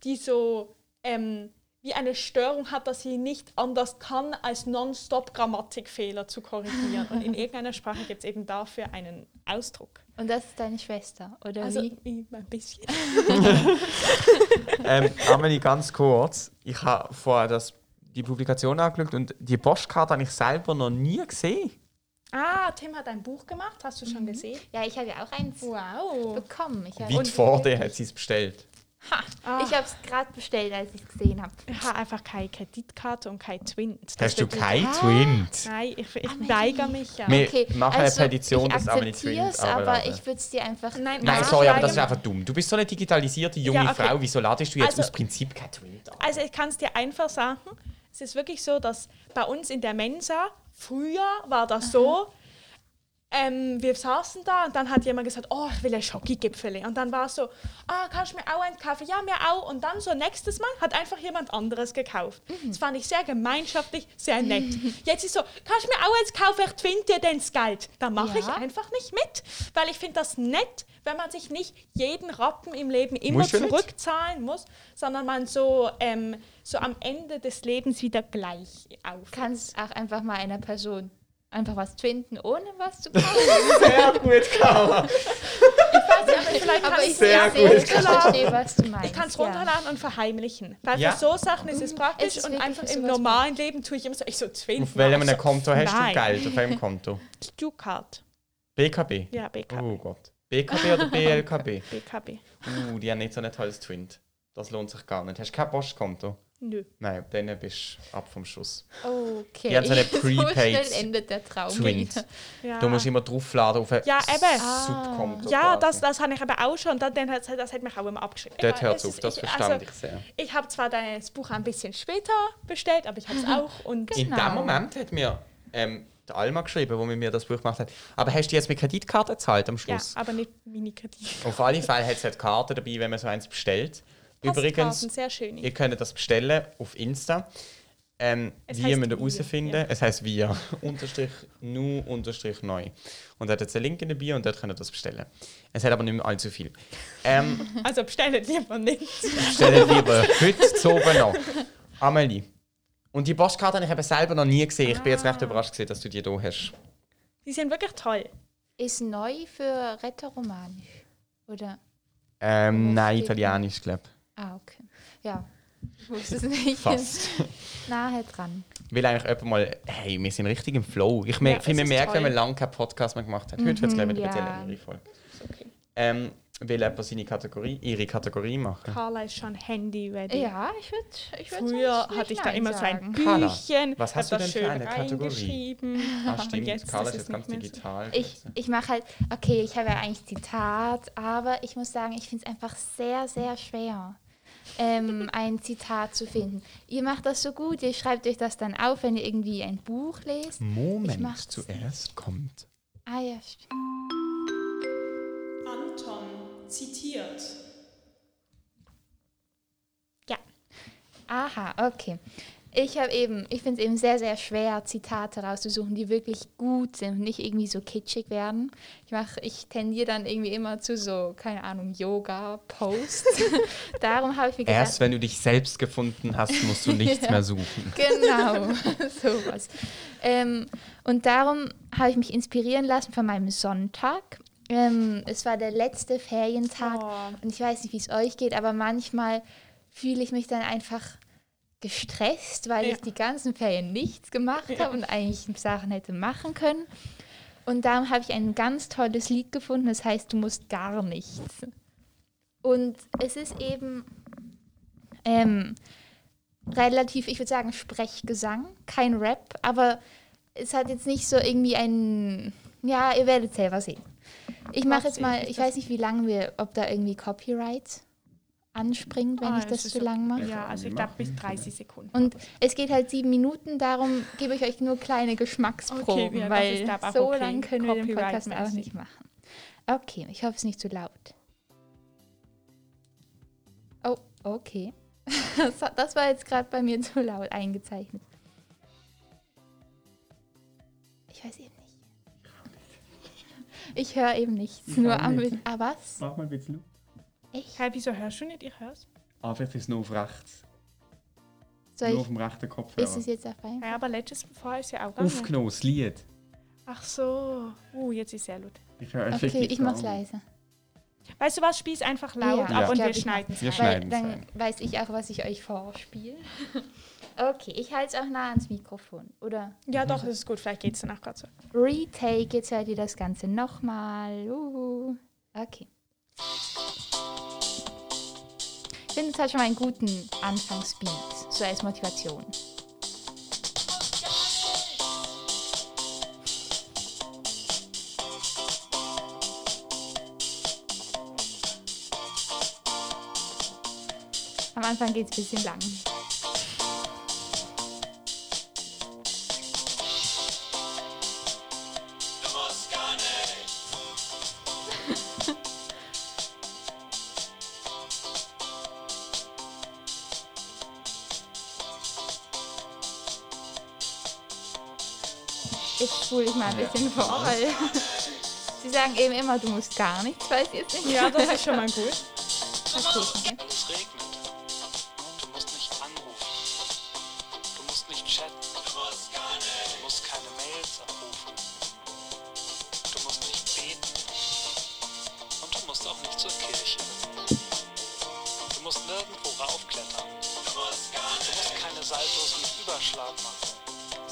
Speaker 3: die so ähm, wie eine Störung hat, dass sie nicht anders kann, als nonstop Grammatikfehler zu korrigieren. Und in irgendeiner Sprache gibt es eben dafür einen Ausdruck.
Speaker 1: Und das ist deine Schwester, oder
Speaker 3: Also
Speaker 1: wie?
Speaker 3: wie ein bisschen.
Speaker 2: ähm, Amelie, ganz kurz. Ich habe vorher das, die Publikation angeschaut und die Postkarte habe ich selber noch nie gesehen.
Speaker 3: Ah, Tim hat ein Buch gemacht, hast du schon gesehen?
Speaker 1: Ja, ich habe ja auch eins
Speaker 3: Wow.
Speaker 1: bekommen. Ich hab-
Speaker 2: Weit
Speaker 1: und-
Speaker 2: vor dir hat sie es bestellt.
Speaker 3: Ah.
Speaker 1: Ich habe es gerade bestellt, als ich es gesehen habe.
Speaker 3: Ich habe einfach keine Kreditkarte und kein Twint.
Speaker 2: Hast du kein Twint?
Speaker 3: Ah, Nein, ich, ich weigere mich ja.
Speaker 2: Wir
Speaker 1: Okay,
Speaker 2: machen
Speaker 1: also,
Speaker 2: eine Petition,
Speaker 1: ich
Speaker 2: dass Amelie
Speaker 1: akzeptiere
Speaker 2: Twint
Speaker 1: es, aber
Speaker 2: anladen.
Speaker 1: ich würde es dir einfach.
Speaker 3: Nein,
Speaker 2: Nein,
Speaker 3: Ah,
Speaker 2: sorry, aber
Speaker 3: ich
Speaker 2: das ist
Speaker 3: weigere-
Speaker 2: einfach dumm. Du bist so eine digitalisierte junge
Speaker 3: Ja, okay.
Speaker 2: Frau, wieso ladest du jetzt
Speaker 3: Also-
Speaker 2: aus Prinzip kein Twint an?
Speaker 3: Also ich kann es dir einfach sagen, es ist wirklich so, dass bei uns in der Mensa, früher war das so, ähm, wir saßen da und dann hat jemand gesagt, oh, ich will ein Schokigipfeli. Und dann war es so, ah, kannst du mir auch einen Kaffee? Ja, mir auch. Und dann so nächstes Mal hat einfach jemand anderes gekauft. Das fand ich sehr gemeinschaftlich, sehr nett. Jetzt ist so, kannst du mir auch eins kaufen? Ich twint dir denn das Geld. Da mache ich
Speaker 1: Ja.
Speaker 3: einfach nicht mit, weil ich finde das nett, wenn man sich nicht jeden Rappen im Leben immer
Speaker 2: Muss ja nicht.
Speaker 3: zurückzahlen muss, sondern man so, ähm, so am Ende des Lebens wieder gleich auf.
Speaker 1: kannst auch einfach mal einer Person einfach was twinten, ohne was zu kaufen.
Speaker 2: Sehr gut, Clara.
Speaker 3: vielleicht
Speaker 1: aber
Speaker 3: kann
Speaker 1: ich
Speaker 3: ich
Speaker 1: sehr,
Speaker 2: Sehr
Speaker 1: sehr
Speaker 2: gut.
Speaker 1: gut verstehe, was du meinst.
Speaker 3: Ich kann es
Speaker 1: ja.
Speaker 3: runterladen und verheimlichen. Weil
Speaker 2: Ja.
Speaker 3: für so Sachen ist es praktisch
Speaker 1: Es ist
Speaker 3: und
Speaker 1: wirklich
Speaker 3: einfach
Speaker 1: so
Speaker 3: im
Speaker 1: was
Speaker 3: normalen Leben tue ich immer so, ich so zwinge.
Speaker 2: Auf welchem
Speaker 3: so,
Speaker 2: Konto hast du
Speaker 3: Also, nein.
Speaker 2: Geld? Auf welchem Konto?
Speaker 3: Stuttgart.
Speaker 2: BKB?
Speaker 3: Ja, BK,
Speaker 2: Oh Gott. BKB oder BLKB?
Speaker 3: BKB.
Speaker 2: Uh, die haben nicht so ein tolles Twint. Das lohnt sich gar nicht. Hast du kein Postkonto?
Speaker 3: Nö.
Speaker 2: Nein, dann bist du ab vom Schuss.
Speaker 1: Okay.
Speaker 2: Die haben so eine
Speaker 1: So schnell
Speaker 2: Prepaid
Speaker 1: endet der Traum.
Speaker 2: Twint.
Speaker 1: wieder.
Speaker 3: Ja.
Speaker 2: Du musst immer draufladen auf ein
Speaker 3: Ja, eben.
Speaker 2: Subkonto.
Speaker 3: Ja,
Speaker 2: quasi.
Speaker 3: das, das habe ich eben auch schon. Dann, dann hat, das hat mich auch immer abgeschrieben.
Speaker 2: Dort
Speaker 3: Egal,
Speaker 2: hört es
Speaker 3: es
Speaker 2: auf,
Speaker 3: ist-
Speaker 2: das
Speaker 3: ich- also
Speaker 2: verstand ich sehr.
Speaker 3: Ich habe zwar dann das Buch ein bisschen später bestellt, aber ich habe es auch. Und
Speaker 2: In
Speaker 1: Genau.
Speaker 2: dem Moment hat mir ähm, die Alma geschrieben, wo mit mir das Buch gemacht hat. Aber hast du jetzt mit Kreditkarte gezahlt am
Speaker 3: ja,
Speaker 2: Schluss?
Speaker 3: aber nicht meine Kreditkarte.
Speaker 2: Auf alle Fälle hat es eine Karte dabei, wenn man so eins bestellt. Übrigens,
Speaker 3: Postkarten, sehr schön.
Speaker 2: ihr könnt das bestellen auf Insta. Ähm,
Speaker 3: Es
Speaker 2: wir
Speaker 3: heisst
Speaker 2: müssen
Speaker 3: wir,
Speaker 2: herausfinden,
Speaker 3: ja.
Speaker 2: es heißt wir, unterstrich nu, unterstrich neu. Und da hat jetzt einen Link in der Bio und dort könnt ihr das bestellen. Es hat aber nicht mehr allzu viel. Ähm,
Speaker 3: Also bestellt lieber nicht.
Speaker 2: bestellen lieber heute zu oben noch. Amelie. Und die Postkarte habe ich eben selber noch nie gesehen. Ich bin jetzt recht
Speaker 3: Ah.
Speaker 2: überrascht, gewesen, dass du die hier hast.
Speaker 3: Die sind wirklich toll.
Speaker 1: Ist neu für Rätoromanisch. Oder?
Speaker 2: Ähm,
Speaker 1: Was
Speaker 2: nein,
Speaker 1: steht
Speaker 2: italienisch, glaube ich.
Speaker 1: Ah, okay. Ja. Ich wusste es nicht.
Speaker 2: Fast.
Speaker 1: Nahe dran.
Speaker 2: Will eigentlich jemand mal, hey, wir sind richtig im Flow. Ich mer
Speaker 3: Ja,
Speaker 2: finde,
Speaker 3: es
Speaker 2: man
Speaker 3: ist
Speaker 2: merkt, wenn
Speaker 3: toll.
Speaker 2: man lange keinen Podcast mehr gemacht hat. Heute wird es, glaube ich, wieder ein bisschen
Speaker 1: Mhm, ja.
Speaker 2: längere Folge.
Speaker 3: okay.
Speaker 2: Ähm, will jemand seine Kategorie, ihre Kategorie machen?
Speaker 3: Carla ist schon handy-ready.
Speaker 1: Ja, ich würde ich würd
Speaker 3: Früher
Speaker 1: sonst nicht
Speaker 3: hatte ich da
Speaker 1: Nein
Speaker 3: immer
Speaker 1: sagen.
Speaker 3: so ein
Speaker 2: Carla,
Speaker 3: Büchchen,
Speaker 2: was
Speaker 3: hab
Speaker 2: hast du denn
Speaker 3: das
Speaker 2: für
Speaker 3: schön
Speaker 2: eine Kategorie?
Speaker 3: reingeschrieben.
Speaker 2: Ah,
Speaker 3: Und
Speaker 2: stimmt.
Speaker 3: jetzt
Speaker 2: Carla
Speaker 3: ist
Speaker 2: ist
Speaker 3: es
Speaker 2: jetzt ganz
Speaker 3: nicht mehr so.
Speaker 2: digital.
Speaker 1: Ich, ich mache halt, okay, ich habe ja eigentlich Zitat, aber ich muss sagen, ich finde es einfach sehr, sehr schwer, ähm, ein Zitat zu finden. Ihr macht das so gut, ihr schreibt euch das dann auf, wenn ihr irgendwie ein Buch lest. Ich
Speaker 2: Moment,
Speaker 1: mach's.
Speaker 2: zuerst kommt.
Speaker 1: Ah ja, st-
Speaker 5: Anton zitiert.
Speaker 1: ja. Aha, okay. Ich habe eben, ich finde es eben sehr, sehr schwer, Zitate rauszusuchen, die wirklich gut sind und nicht irgendwie so kitschig werden. Ich mache, ich tendiere dann irgendwie immer zu so, keine Ahnung, Yoga-Posts. Darum habe ich mir gedacht,
Speaker 2: Erst wenn du dich selbst gefunden hast, musst du nichts mehr suchen.
Speaker 1: Genau, sowas. Ähm, und darum habe ich mich inspirieren lassen von meinem Sonntag. Ähm, es war der letzte Ferientag
Speaker 3: Oh.
Speaker 1: und ich weiß nicht, wie es euch geht, aber manchmal fühle ich mich dann einfach gestresst, weil
Speaker 3: Ja.
Speaker 1: ich die ganzen Ferien nichts gemacht habe und eigentlich Sachen hätte machen können. Und darum habe ich ein ganz tolles Lied gefunden, das heißt Du musst gar nichts. Und es ist eben ähm, relativ, ich würde sagen, Sprechgesang, kein Rap, aber es hat jetzt nicht so irgendwie einen. Ja, ihr werdet selber sehen. Ich mache jetzt mal, ich weiß nicht, wie lange wir, ob da irgendwie Copyright anspringt, wenn
Speaker 3: Ah,
Speaker 1: ich das
Speaker 3: es ist
Speaker 1: zu lang mache.
Speaker 3: Ja, also ich glaube bis 30 Sekunden.
Speaker 1: Und es geht halt sieben Minuten, darum gebe ich euch nur kleine Geschmacksproben,
Speaker 3: Okay, ja, das
Speaker 1: weil
Speaker 3: ist aber auch
Speaker 1: so
Speaker 3: okay,
Speaker 1: lang können wir den Podcast auch
Speaker 3: copyright-mäßig.
Speaker 1: nicht machen. Okay, ich hoffe, es ist nicht zu laut. Oh, okay. Das hat- Das war jetzt gerade bei mir zu laut eingezeichnet. Ich weiß eben nicht. Ich höre eben nichts,
Speaker 6: Ich
Speaker 1: nur
Speaker 6: auch
Speaker 1: am...
Speaker 6: nicht.
Speaker 1: Ah, was?
Speaker 6: Mach mal ein bisschen laut.
Speaker 1: Ich?
Speaker 3: Hey, wieso hörst du nicht? Ich hör's.
Speaker 6: Ah, vielleicht ist es nur auf rechts.
Speaker 1: Soll
Speaker 6: nur auf
Speaker 1: ich...
Speaker 6: dem rechten Kopf.
Speaker 1: Ist es jetzt auf einmal?
Speaker 3: Ja, aber letztes Mal ist ja auch gegangen.
Speaker 6: Aufgenommen, das Lied.
Speaker 3: Ach so. Uh, jetzt ist sehr laut.
Speaker 6: Ich höre
Speaker 1: Okay,
Speaker 6: effektiv
Speaker 1: ich mach's
Speaker 6: gar nicht.
Speaker 1: leise.
Speaker 3: Weißt du was, spiel's einfach laut
Speaker 1: Ja.
Speaker 3: ab und
Speaker 1: Ja.
Speaker 3: wir schneiden es.
Speaker 2: Wir
Speaker 1: Weil
Speaker 2: schneiden es.
Speaker 1: dann
Speaker 2: ein.
Speaker 1: weiß ich auch, was ich euch vorspiele. okay, ich halte es auch nah ans Mikrofon. Oder
Speaker 3: Ja, doch, das ist gut. Vielleicht geht's danach gerade so.
Speaker 1: Retake, jetzt hört ihr das Ganze nochmal. Uh, okay. Ich finde, es hat schon mal einen guten Anfangsbeat, so als Motivation. Am Anfang geht es ein bisschen lang. Jetzt spule ich mal ein bisschen vor, weil sie sagen eben immer, du musst gar nichts, weil sie jetzt nicht
Speaker 3: Ja, das ist schon mal gut.
Speaker 1: okay.
Speaker 7: Wenn es regnet, du musst nicht anrufen. Du musst nicht chatten. Du musst, keine Mails abrufen. Du musst nicht beten. Und du musst auch nicht zur Kirche. Du musst nirgendwo raufklettern. Du musst, keine Saltos mit Überschlag machen.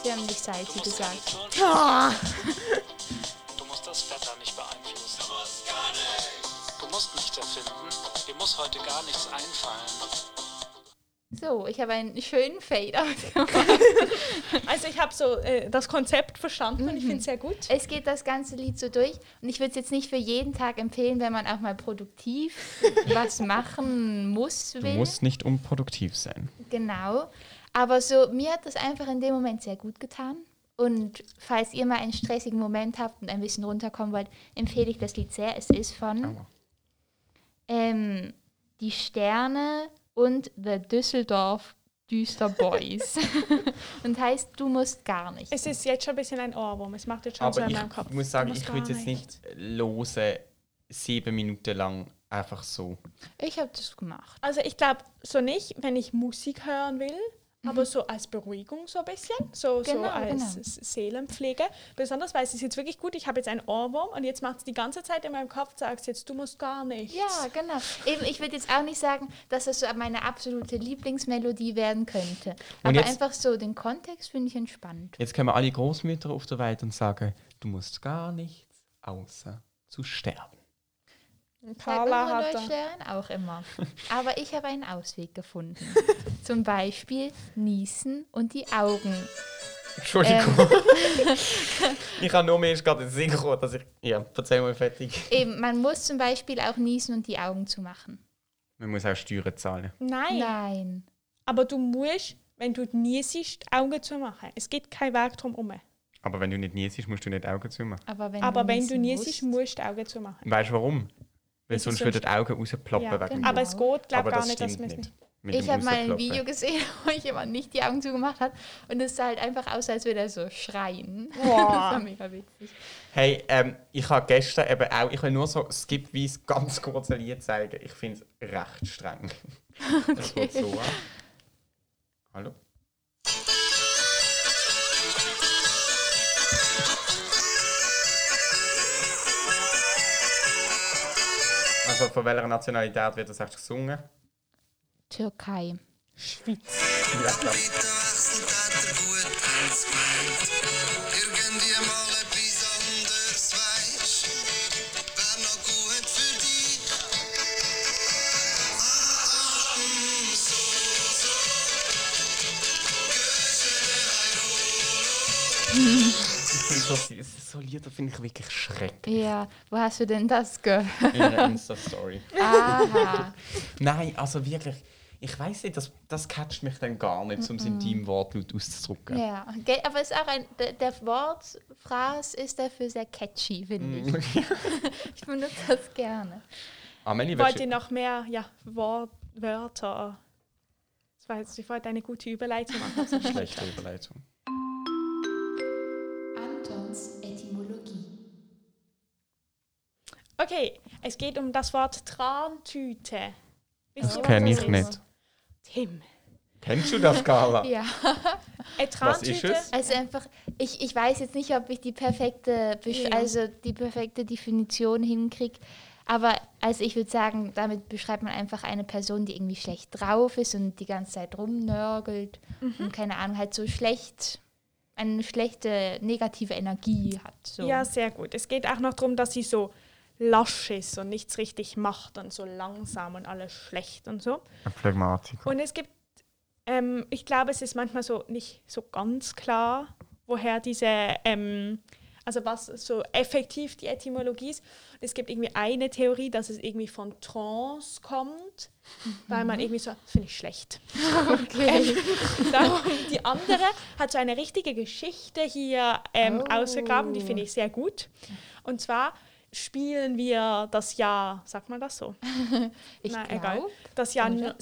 Speaker 1: Sie haben nicht Salty
Speaker 7: Du musst
Speaker 1: gesagt.
Speaker 7: keine Turnschuhe. Du musst das Wetter nicht beeinflussen. Du musst nichts erfinden. Dir muss heute gar nichts einfallen.
Speaker 1: So, ich habe einen schönen Fade-out gemacht.
Speaker 3: Also ich habe so äh, das Konzept verstanden und ich
Speaker 2: Mhm.
Speaker 3: finde es sehr gut.
Speaker 1: Es geht das ganze Lied so durch und ich würde es jetzt nicht für jeden Tag empfehlen, wenn man auch mal produktiv was machen muss,
Speaker 2: Du
Speaker 1: will.
Speaker 2: musst nicht unproduktiv sein.
Speaker 1: Genau. Aber so, mir hat das einfach in dem Moment sehr gut getan. Und falls ihr mal einen stressigen Moment habt und ein bisschen runterkommen wollt, empfehle ich das Lied sehr. Es ist von
Speaker 2: Aua.
Speaker 1: ähm, Die Sterne und The Düsseldorf Düster Boys. und heißt Du musst gar nicht.
Speaker 3: Es ist jetzt schon ein bisschen ein Ohrwurm. Es macht jetzt schon so
Speaker 2: Aber
Speaker 3: in
Speaker 2: ich
Speaker 3: meinem Kopf.
Speaker 2: muss sagen,
Speaker 3: Du musst
Speaker 2: ich würde
Speaker 3: gar
Speaker 2: jetzt nicht losen, sieben Minuten lang einfach so.
Speaker 1: Ich habe das gemacht.
Speaker 3: Also ich glaube so nicht, wenn ich Musik hören will,
Speaker 2: Mhm.
Speaker 3: aber so als Beruhigung so ein bisschen, so, so
Speaker 1: Genau,
Speaker 3: als
Speaker 1: genau.
Speaker 3: S- Seelenpflege. Besonders weil es ist jetzt wirklich gut, ich habe jetzt einen Ohrwurm und jetzt macht es die ganze Zeit in meinem Kopf, sagst jetzt, du musst gar nichts.
Speaker 1: Ja, genau. Eben, ich würde jetzt auch nicht sagen, dass das so meine absolute Lieblingsmelodie werden könnte. Aber
Speaker 2: jetzt-
Speaker 1: einfach so, den Kontext finde ich entspannt.
Speaker 2: Jetzt können wir alle Großmütter auf der Welt und sagen, du musst gar nichts außer zu sterben.
Speaker 1: Sagt
Speaker 3: Carla
Speaker 1: unsere
Speaker 3: hat da.
Speaker 1: Deutschlehrerin auch immer. Aber ich habe einen Ausweg gefunden. Zum Beispiel niesen und die Augen. Ähm,
Speaker 2: Entschuldigung.
Speaker 3: Ähm.
Speaker 2: ich habe nur mehr gerade den Sinn gekommen, dass ich... Ja, verzeih mal fertig.
Speaker 1: Eben, man muss zum Beispiel auch niesen und die Augen zu machen.
Speaker 2: Man muss auch Steuern zahlen.
Speaker 3: Nein,
Speaker 1: Nein.
Speaker 3: aber du musst, wenn du nie siehst, Augen zu machen. Es geht kein Weg drum um.
Speaker 2: Aber wenn du nicht niesest, musst du nicht Augen zumachen.
Speaker 1: Aber wenn
Speaker 3: Aber
Speaker 1: du
Speaker 3: wenn du nie
Speaker 1: niesen
Speaker 3: siehst,
Speaker 1: musst,
Speaker 3: musst du Augen zu machen.
Speaker 2: Weißt du warum? Weil
Speaker 3: Wieso
Speaker 2: sonst
Speaker 3: sonst-
Speaker 2: würden die Augen rausploppen
Speaker 3: Ja,
Speaker 2: wegen
Speaker 1: genau.
Speaker 2: dem-
Speaker 3: Aber es geht, glaube
Speaker 2: Aber
Speaker 3: gar
Speaker 2: das
Speaker 3: nicht, dass
Speaker 2: stimmt
Speaker 3: man es nicht.
Speaker 2: nicht. Mit
Speaker 1: Ich
Speaker 2: dem
Speaker 1: habe mal ein
Speaker 2: Rausploppen.
Speaker 1: Video gesehen, wo jemand nicht die Augen zugemacht hat und es sah halt einfach aus, als würde er so schreien. Das war mega witzig.
Speaker 2: Hey, ähm, ich habe gestern eben auch, ich will nur so skipweise ganz kurze Lied zeigen. Ich finde es recht streng. Das geht so an. Hallo? Also von welcher Nationalität wird das eigentlich gesungen?
Speaker 1: Türkei.
Speaker 2: Ja, klar. Ich finde so süß. So Lieder finde ich wirklich schrecklich.
Speaker 1: Ja, wo hast du denn das gehört?
Speaker 2: In einer Insta-Story.
Speaker 1: Aha.
Speaker 2: Nein, also wirklich. Ich weiß nicht, das, das catcht mich dann gar nicht, um es in deinem Wortlaut auszudrücken.
Speaker 1: ja, okay, aber es ist auch ein, der, der Wortfraß ist dafür sehr catchy, finde ich. Ich benutze das gerne.
Speaker 2: Amelie,
Speaker 3: Ich wollte
Speaker 2: willst
Speaker 3: noch mehr ja, Wor- Wörter. Das war jetzt, ich wollte eine gute Überleitung machen.
Speaker 2: du schlechte Überleitung?
Speaker 5: Antons Etymologie.
Speaker 3: Okay, es geht um das Wort Trantüte.
Speaker 2: Das kenne ich nicht.
Speaker 3: Tim.
Speaker 2: Kennst du das, Carla?
Speaker 1: Ja.
Speaker 3: Eine
Speaker 2: Was ist
Speaker 3: Trantüte,
Speaker 2: es?
Speaker 1: Also einfach, ich, ich weiß jetzt nicht, ob ich die perfekte, Besch
Speaker 3: Ja.
Speaker 1: also die perfekte Definition hinkriege, aber also ich würde sagen, damit beschreibt man einfach eine Person, die irgendwie schlecht drauf ist und die ganze Zeit rumnörgelt
Speaker 3: Mhm.
Speaker 1: und keine Ahnung, halt so schlecht, eine schlechte negative Energie hat. So.
Speaker 3: Ja, sehr gut. Es geht auch noch darum, dass sie so lasch ist und nichts richtig macht und so langsam und alles schlecht und so.
Speaker 2: Phlegmatiker.
Speaker 3: Und es gibt, ähm, ich glaube, es ist manchmal so nicht so ganz klar, woher diese, ähm, also was so effektiv die Etymologie ist. Und es gibt irgendwie eine Theorie, dass es irgendwie von Trance kommt, weil man irgendwie so, das finde ich schlecht.
Speaker 1: okay.
Speaker 3: Darum, die andere hat so eine richtige Geschichte hier ähm,
Speaker 1: Oh.
Speaker 3: ausgegraben, die finde ich sehr gut. Und zwar spielen wir das Jahr, sagt man das so?
Speaker 1: ich
Speaker 3: Na,
Speaker 1: glaube.
Speaker 3: egal. Das Jahr
Speaker 1: oder?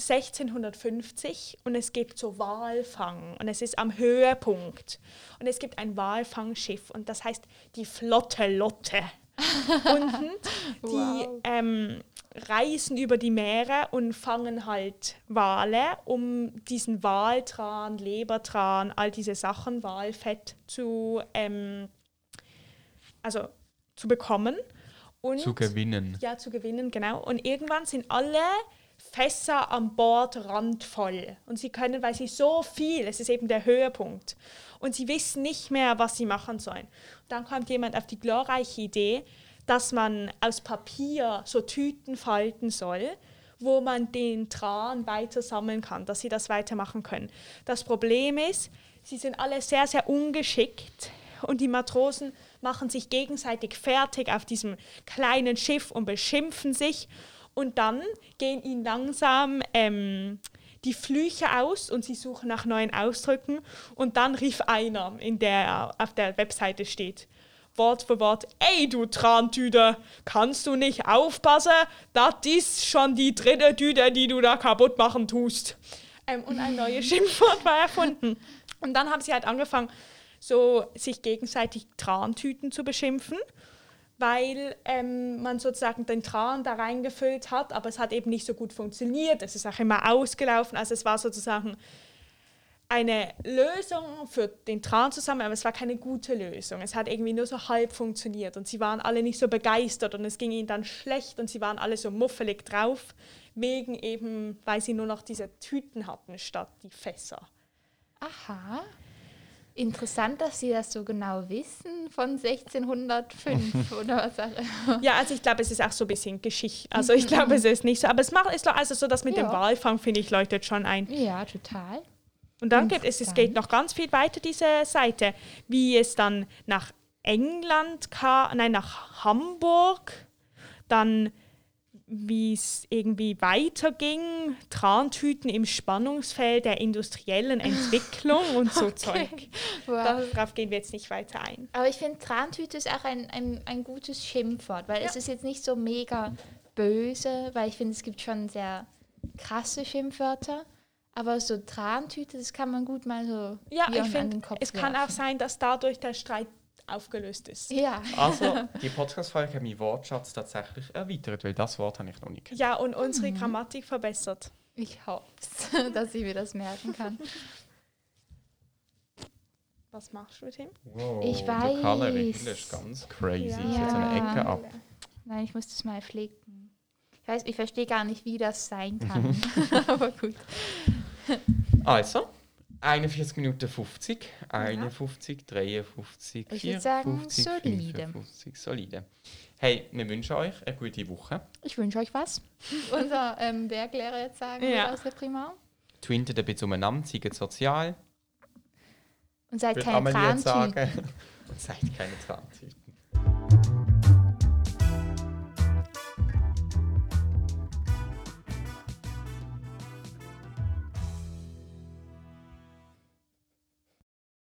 Speaker 3: 1650 und es gibt so Walfang und es ist am Höhepunkt. Und es gibt ein Walfangschiff und das heißt die Flotte Lotte. Unten, die ähm, reisen über die Meere und fangen halt Wale, um diesen Waltran, Lebertran, all diese Sachen, Walfett zu, ähm, also, zu bekommen. Und
Speaker 2: Zu gewinnen.
Speaker 3: ja, zu gewinnen, genau. Und irgendwann sind alle Fässer am Bordrand voll. Und sie können, weil sie so viel, es ist eben der Höhepunkt. Und sie wissen nicht mehr, was sie machen sollen. Und dann kommt jemand auf die glorreiche Idee, dass man aus Papier so Tüten falten soll, wo man den Tran weiter sammeln kann, dass sie das weitermachen können. Das Problem ist, sie sind alle sehr, sehr ungeschickt und die Matrosen machen sich gegenseitig fertig auf diesem kleinen Schiff und beschimpfen sich und dann gehen ihnen langsam ähm, die Flüche aus und sie suchen nach neuen Ausdrücken und dann rief einer, in der auf der Webseite steht, Wort für Wort, ey du Trantüde, kannst du nicht aufpassen, das ist schon die dritte Tüte, die du da kaputt machen tust. Ähm, und ein neues Schimpfwort war erfunden. Und dann haben sie halt angefangen, so sich gegenseitig Trantüten zu beschimpfen, weil ähm, man sozusagen den Tran da reingefüllt hat, aber es hat eben nicht so gut funktioniert. Es ist auch immer ausgelaufen. Also es war sozusagen eine Lösung für den Tran zusammen, aber es war keine gute Lösung. Es hat irgendwie nur so halb funktioniert und sie waren alle nicht so begeistert und es ging ihnen dann schlecht und sie waren alle so muffelig drauf, wegen eben, weil sie nur noch diese Tüten hatten statt die Fässer.
Speaker 1: Aha. Interessant, dass Sie das so genau wissen von 1605 oder was auch immer.
Speaker 3: Ja, also ich glaube, es ist auch so ein bisschen Geschichte. Also ich glaube, es ist nicht so, aber es macht es also so das mit dem
Speaker 1: Ja.
Speaker 3: Walfang finde ich leuchtet schon ein.
Speaker 1: Ja, total.
Speaker 3: Und dann geht es, es geht noch ganz viel weiter, diese Seite, wie es dann nach England kam, nein, nach Hamburg, dann wie es irgendwie weiterging, Trantüten im Spannungsfeld der industriellen Entwicklung und so Zeug.
Speaker 1: Wow.
Speaker 3: Darauf gehen wir jetzt nicht weiter ein.
Speaker 1: Aber ich finde, Trantüte ist auch ein, ein, ein gutes Schimpfwort, weil es ist jetzt nicht so mega böse, weil ich finde, es gibt schon sehr krasse Schimpfwörter. Aber so Trantüte, das kann man gut mal so
Speaker 3: Ja,
Speaker 1: Björn
Speaker 3: ich
Speaker 1: an den
Speaker 3: finde,
Speaker 1: Kopf
Speaker 3: es kann auch
Speaker 1: werfen.
Speaker 3: sein, dass dadurch der Streit aufgelöst ist.
Speaker 1: Ja,
Speaker 2: Also, die Podcast-Folge hat meinen Wortschatz tatsächlich erweitert, weil das Wort habe ich noch nicht gekannt.
Speaker 3: Ja, und
Speaker 1: Mhm.
Speaker 3: unsere Grammatik verbessert.
Speaker 1: ich hoffe dass ich mir das merken kann.
Speaker 3: Was machst du mit ihm?
Speaker 2: Wow,
Speaker 1: Ich
Speaker 2: Der Color
Speaker 1: weiß.
Speaker 2: ist ganz crazy.
Speaker 3: Ja.
Speaker 2: Ich jetzt eine
Speaker 1: Ja.
Speaker 2: Ecke ab.
Speaker 1: Nein, ich muss das mal pflegen. Ich weiß, ich verstehe gar nicht, wie das sein kann. Aber gut.
Speaker 2: Also, 41 Minuten 50, 51, 53,
Speaker 1: Ich würd sagen,
Speaker 2: 54,
Speaker 1: solide.
Speaker 2: 55, solide. Hey, wir wünschen euch eine gute Woche.
Speaker 1: Ich wünsche euch was. Unser ähm, Berglehrer jetzt sagen
Speaker 3: Ja.
Speaker 1: wir aus der Primar.
Speaker 2: Twintet ein bisschen umeinander, seid sozial.
Speaker 1: Und seid
Speaker 2: Würde
Speaker 1: keine
Speaker 2: Amelie jetzt
Speaker 1: Trantüten.
Speaker 2: sagen. Und seid keine Trantüten.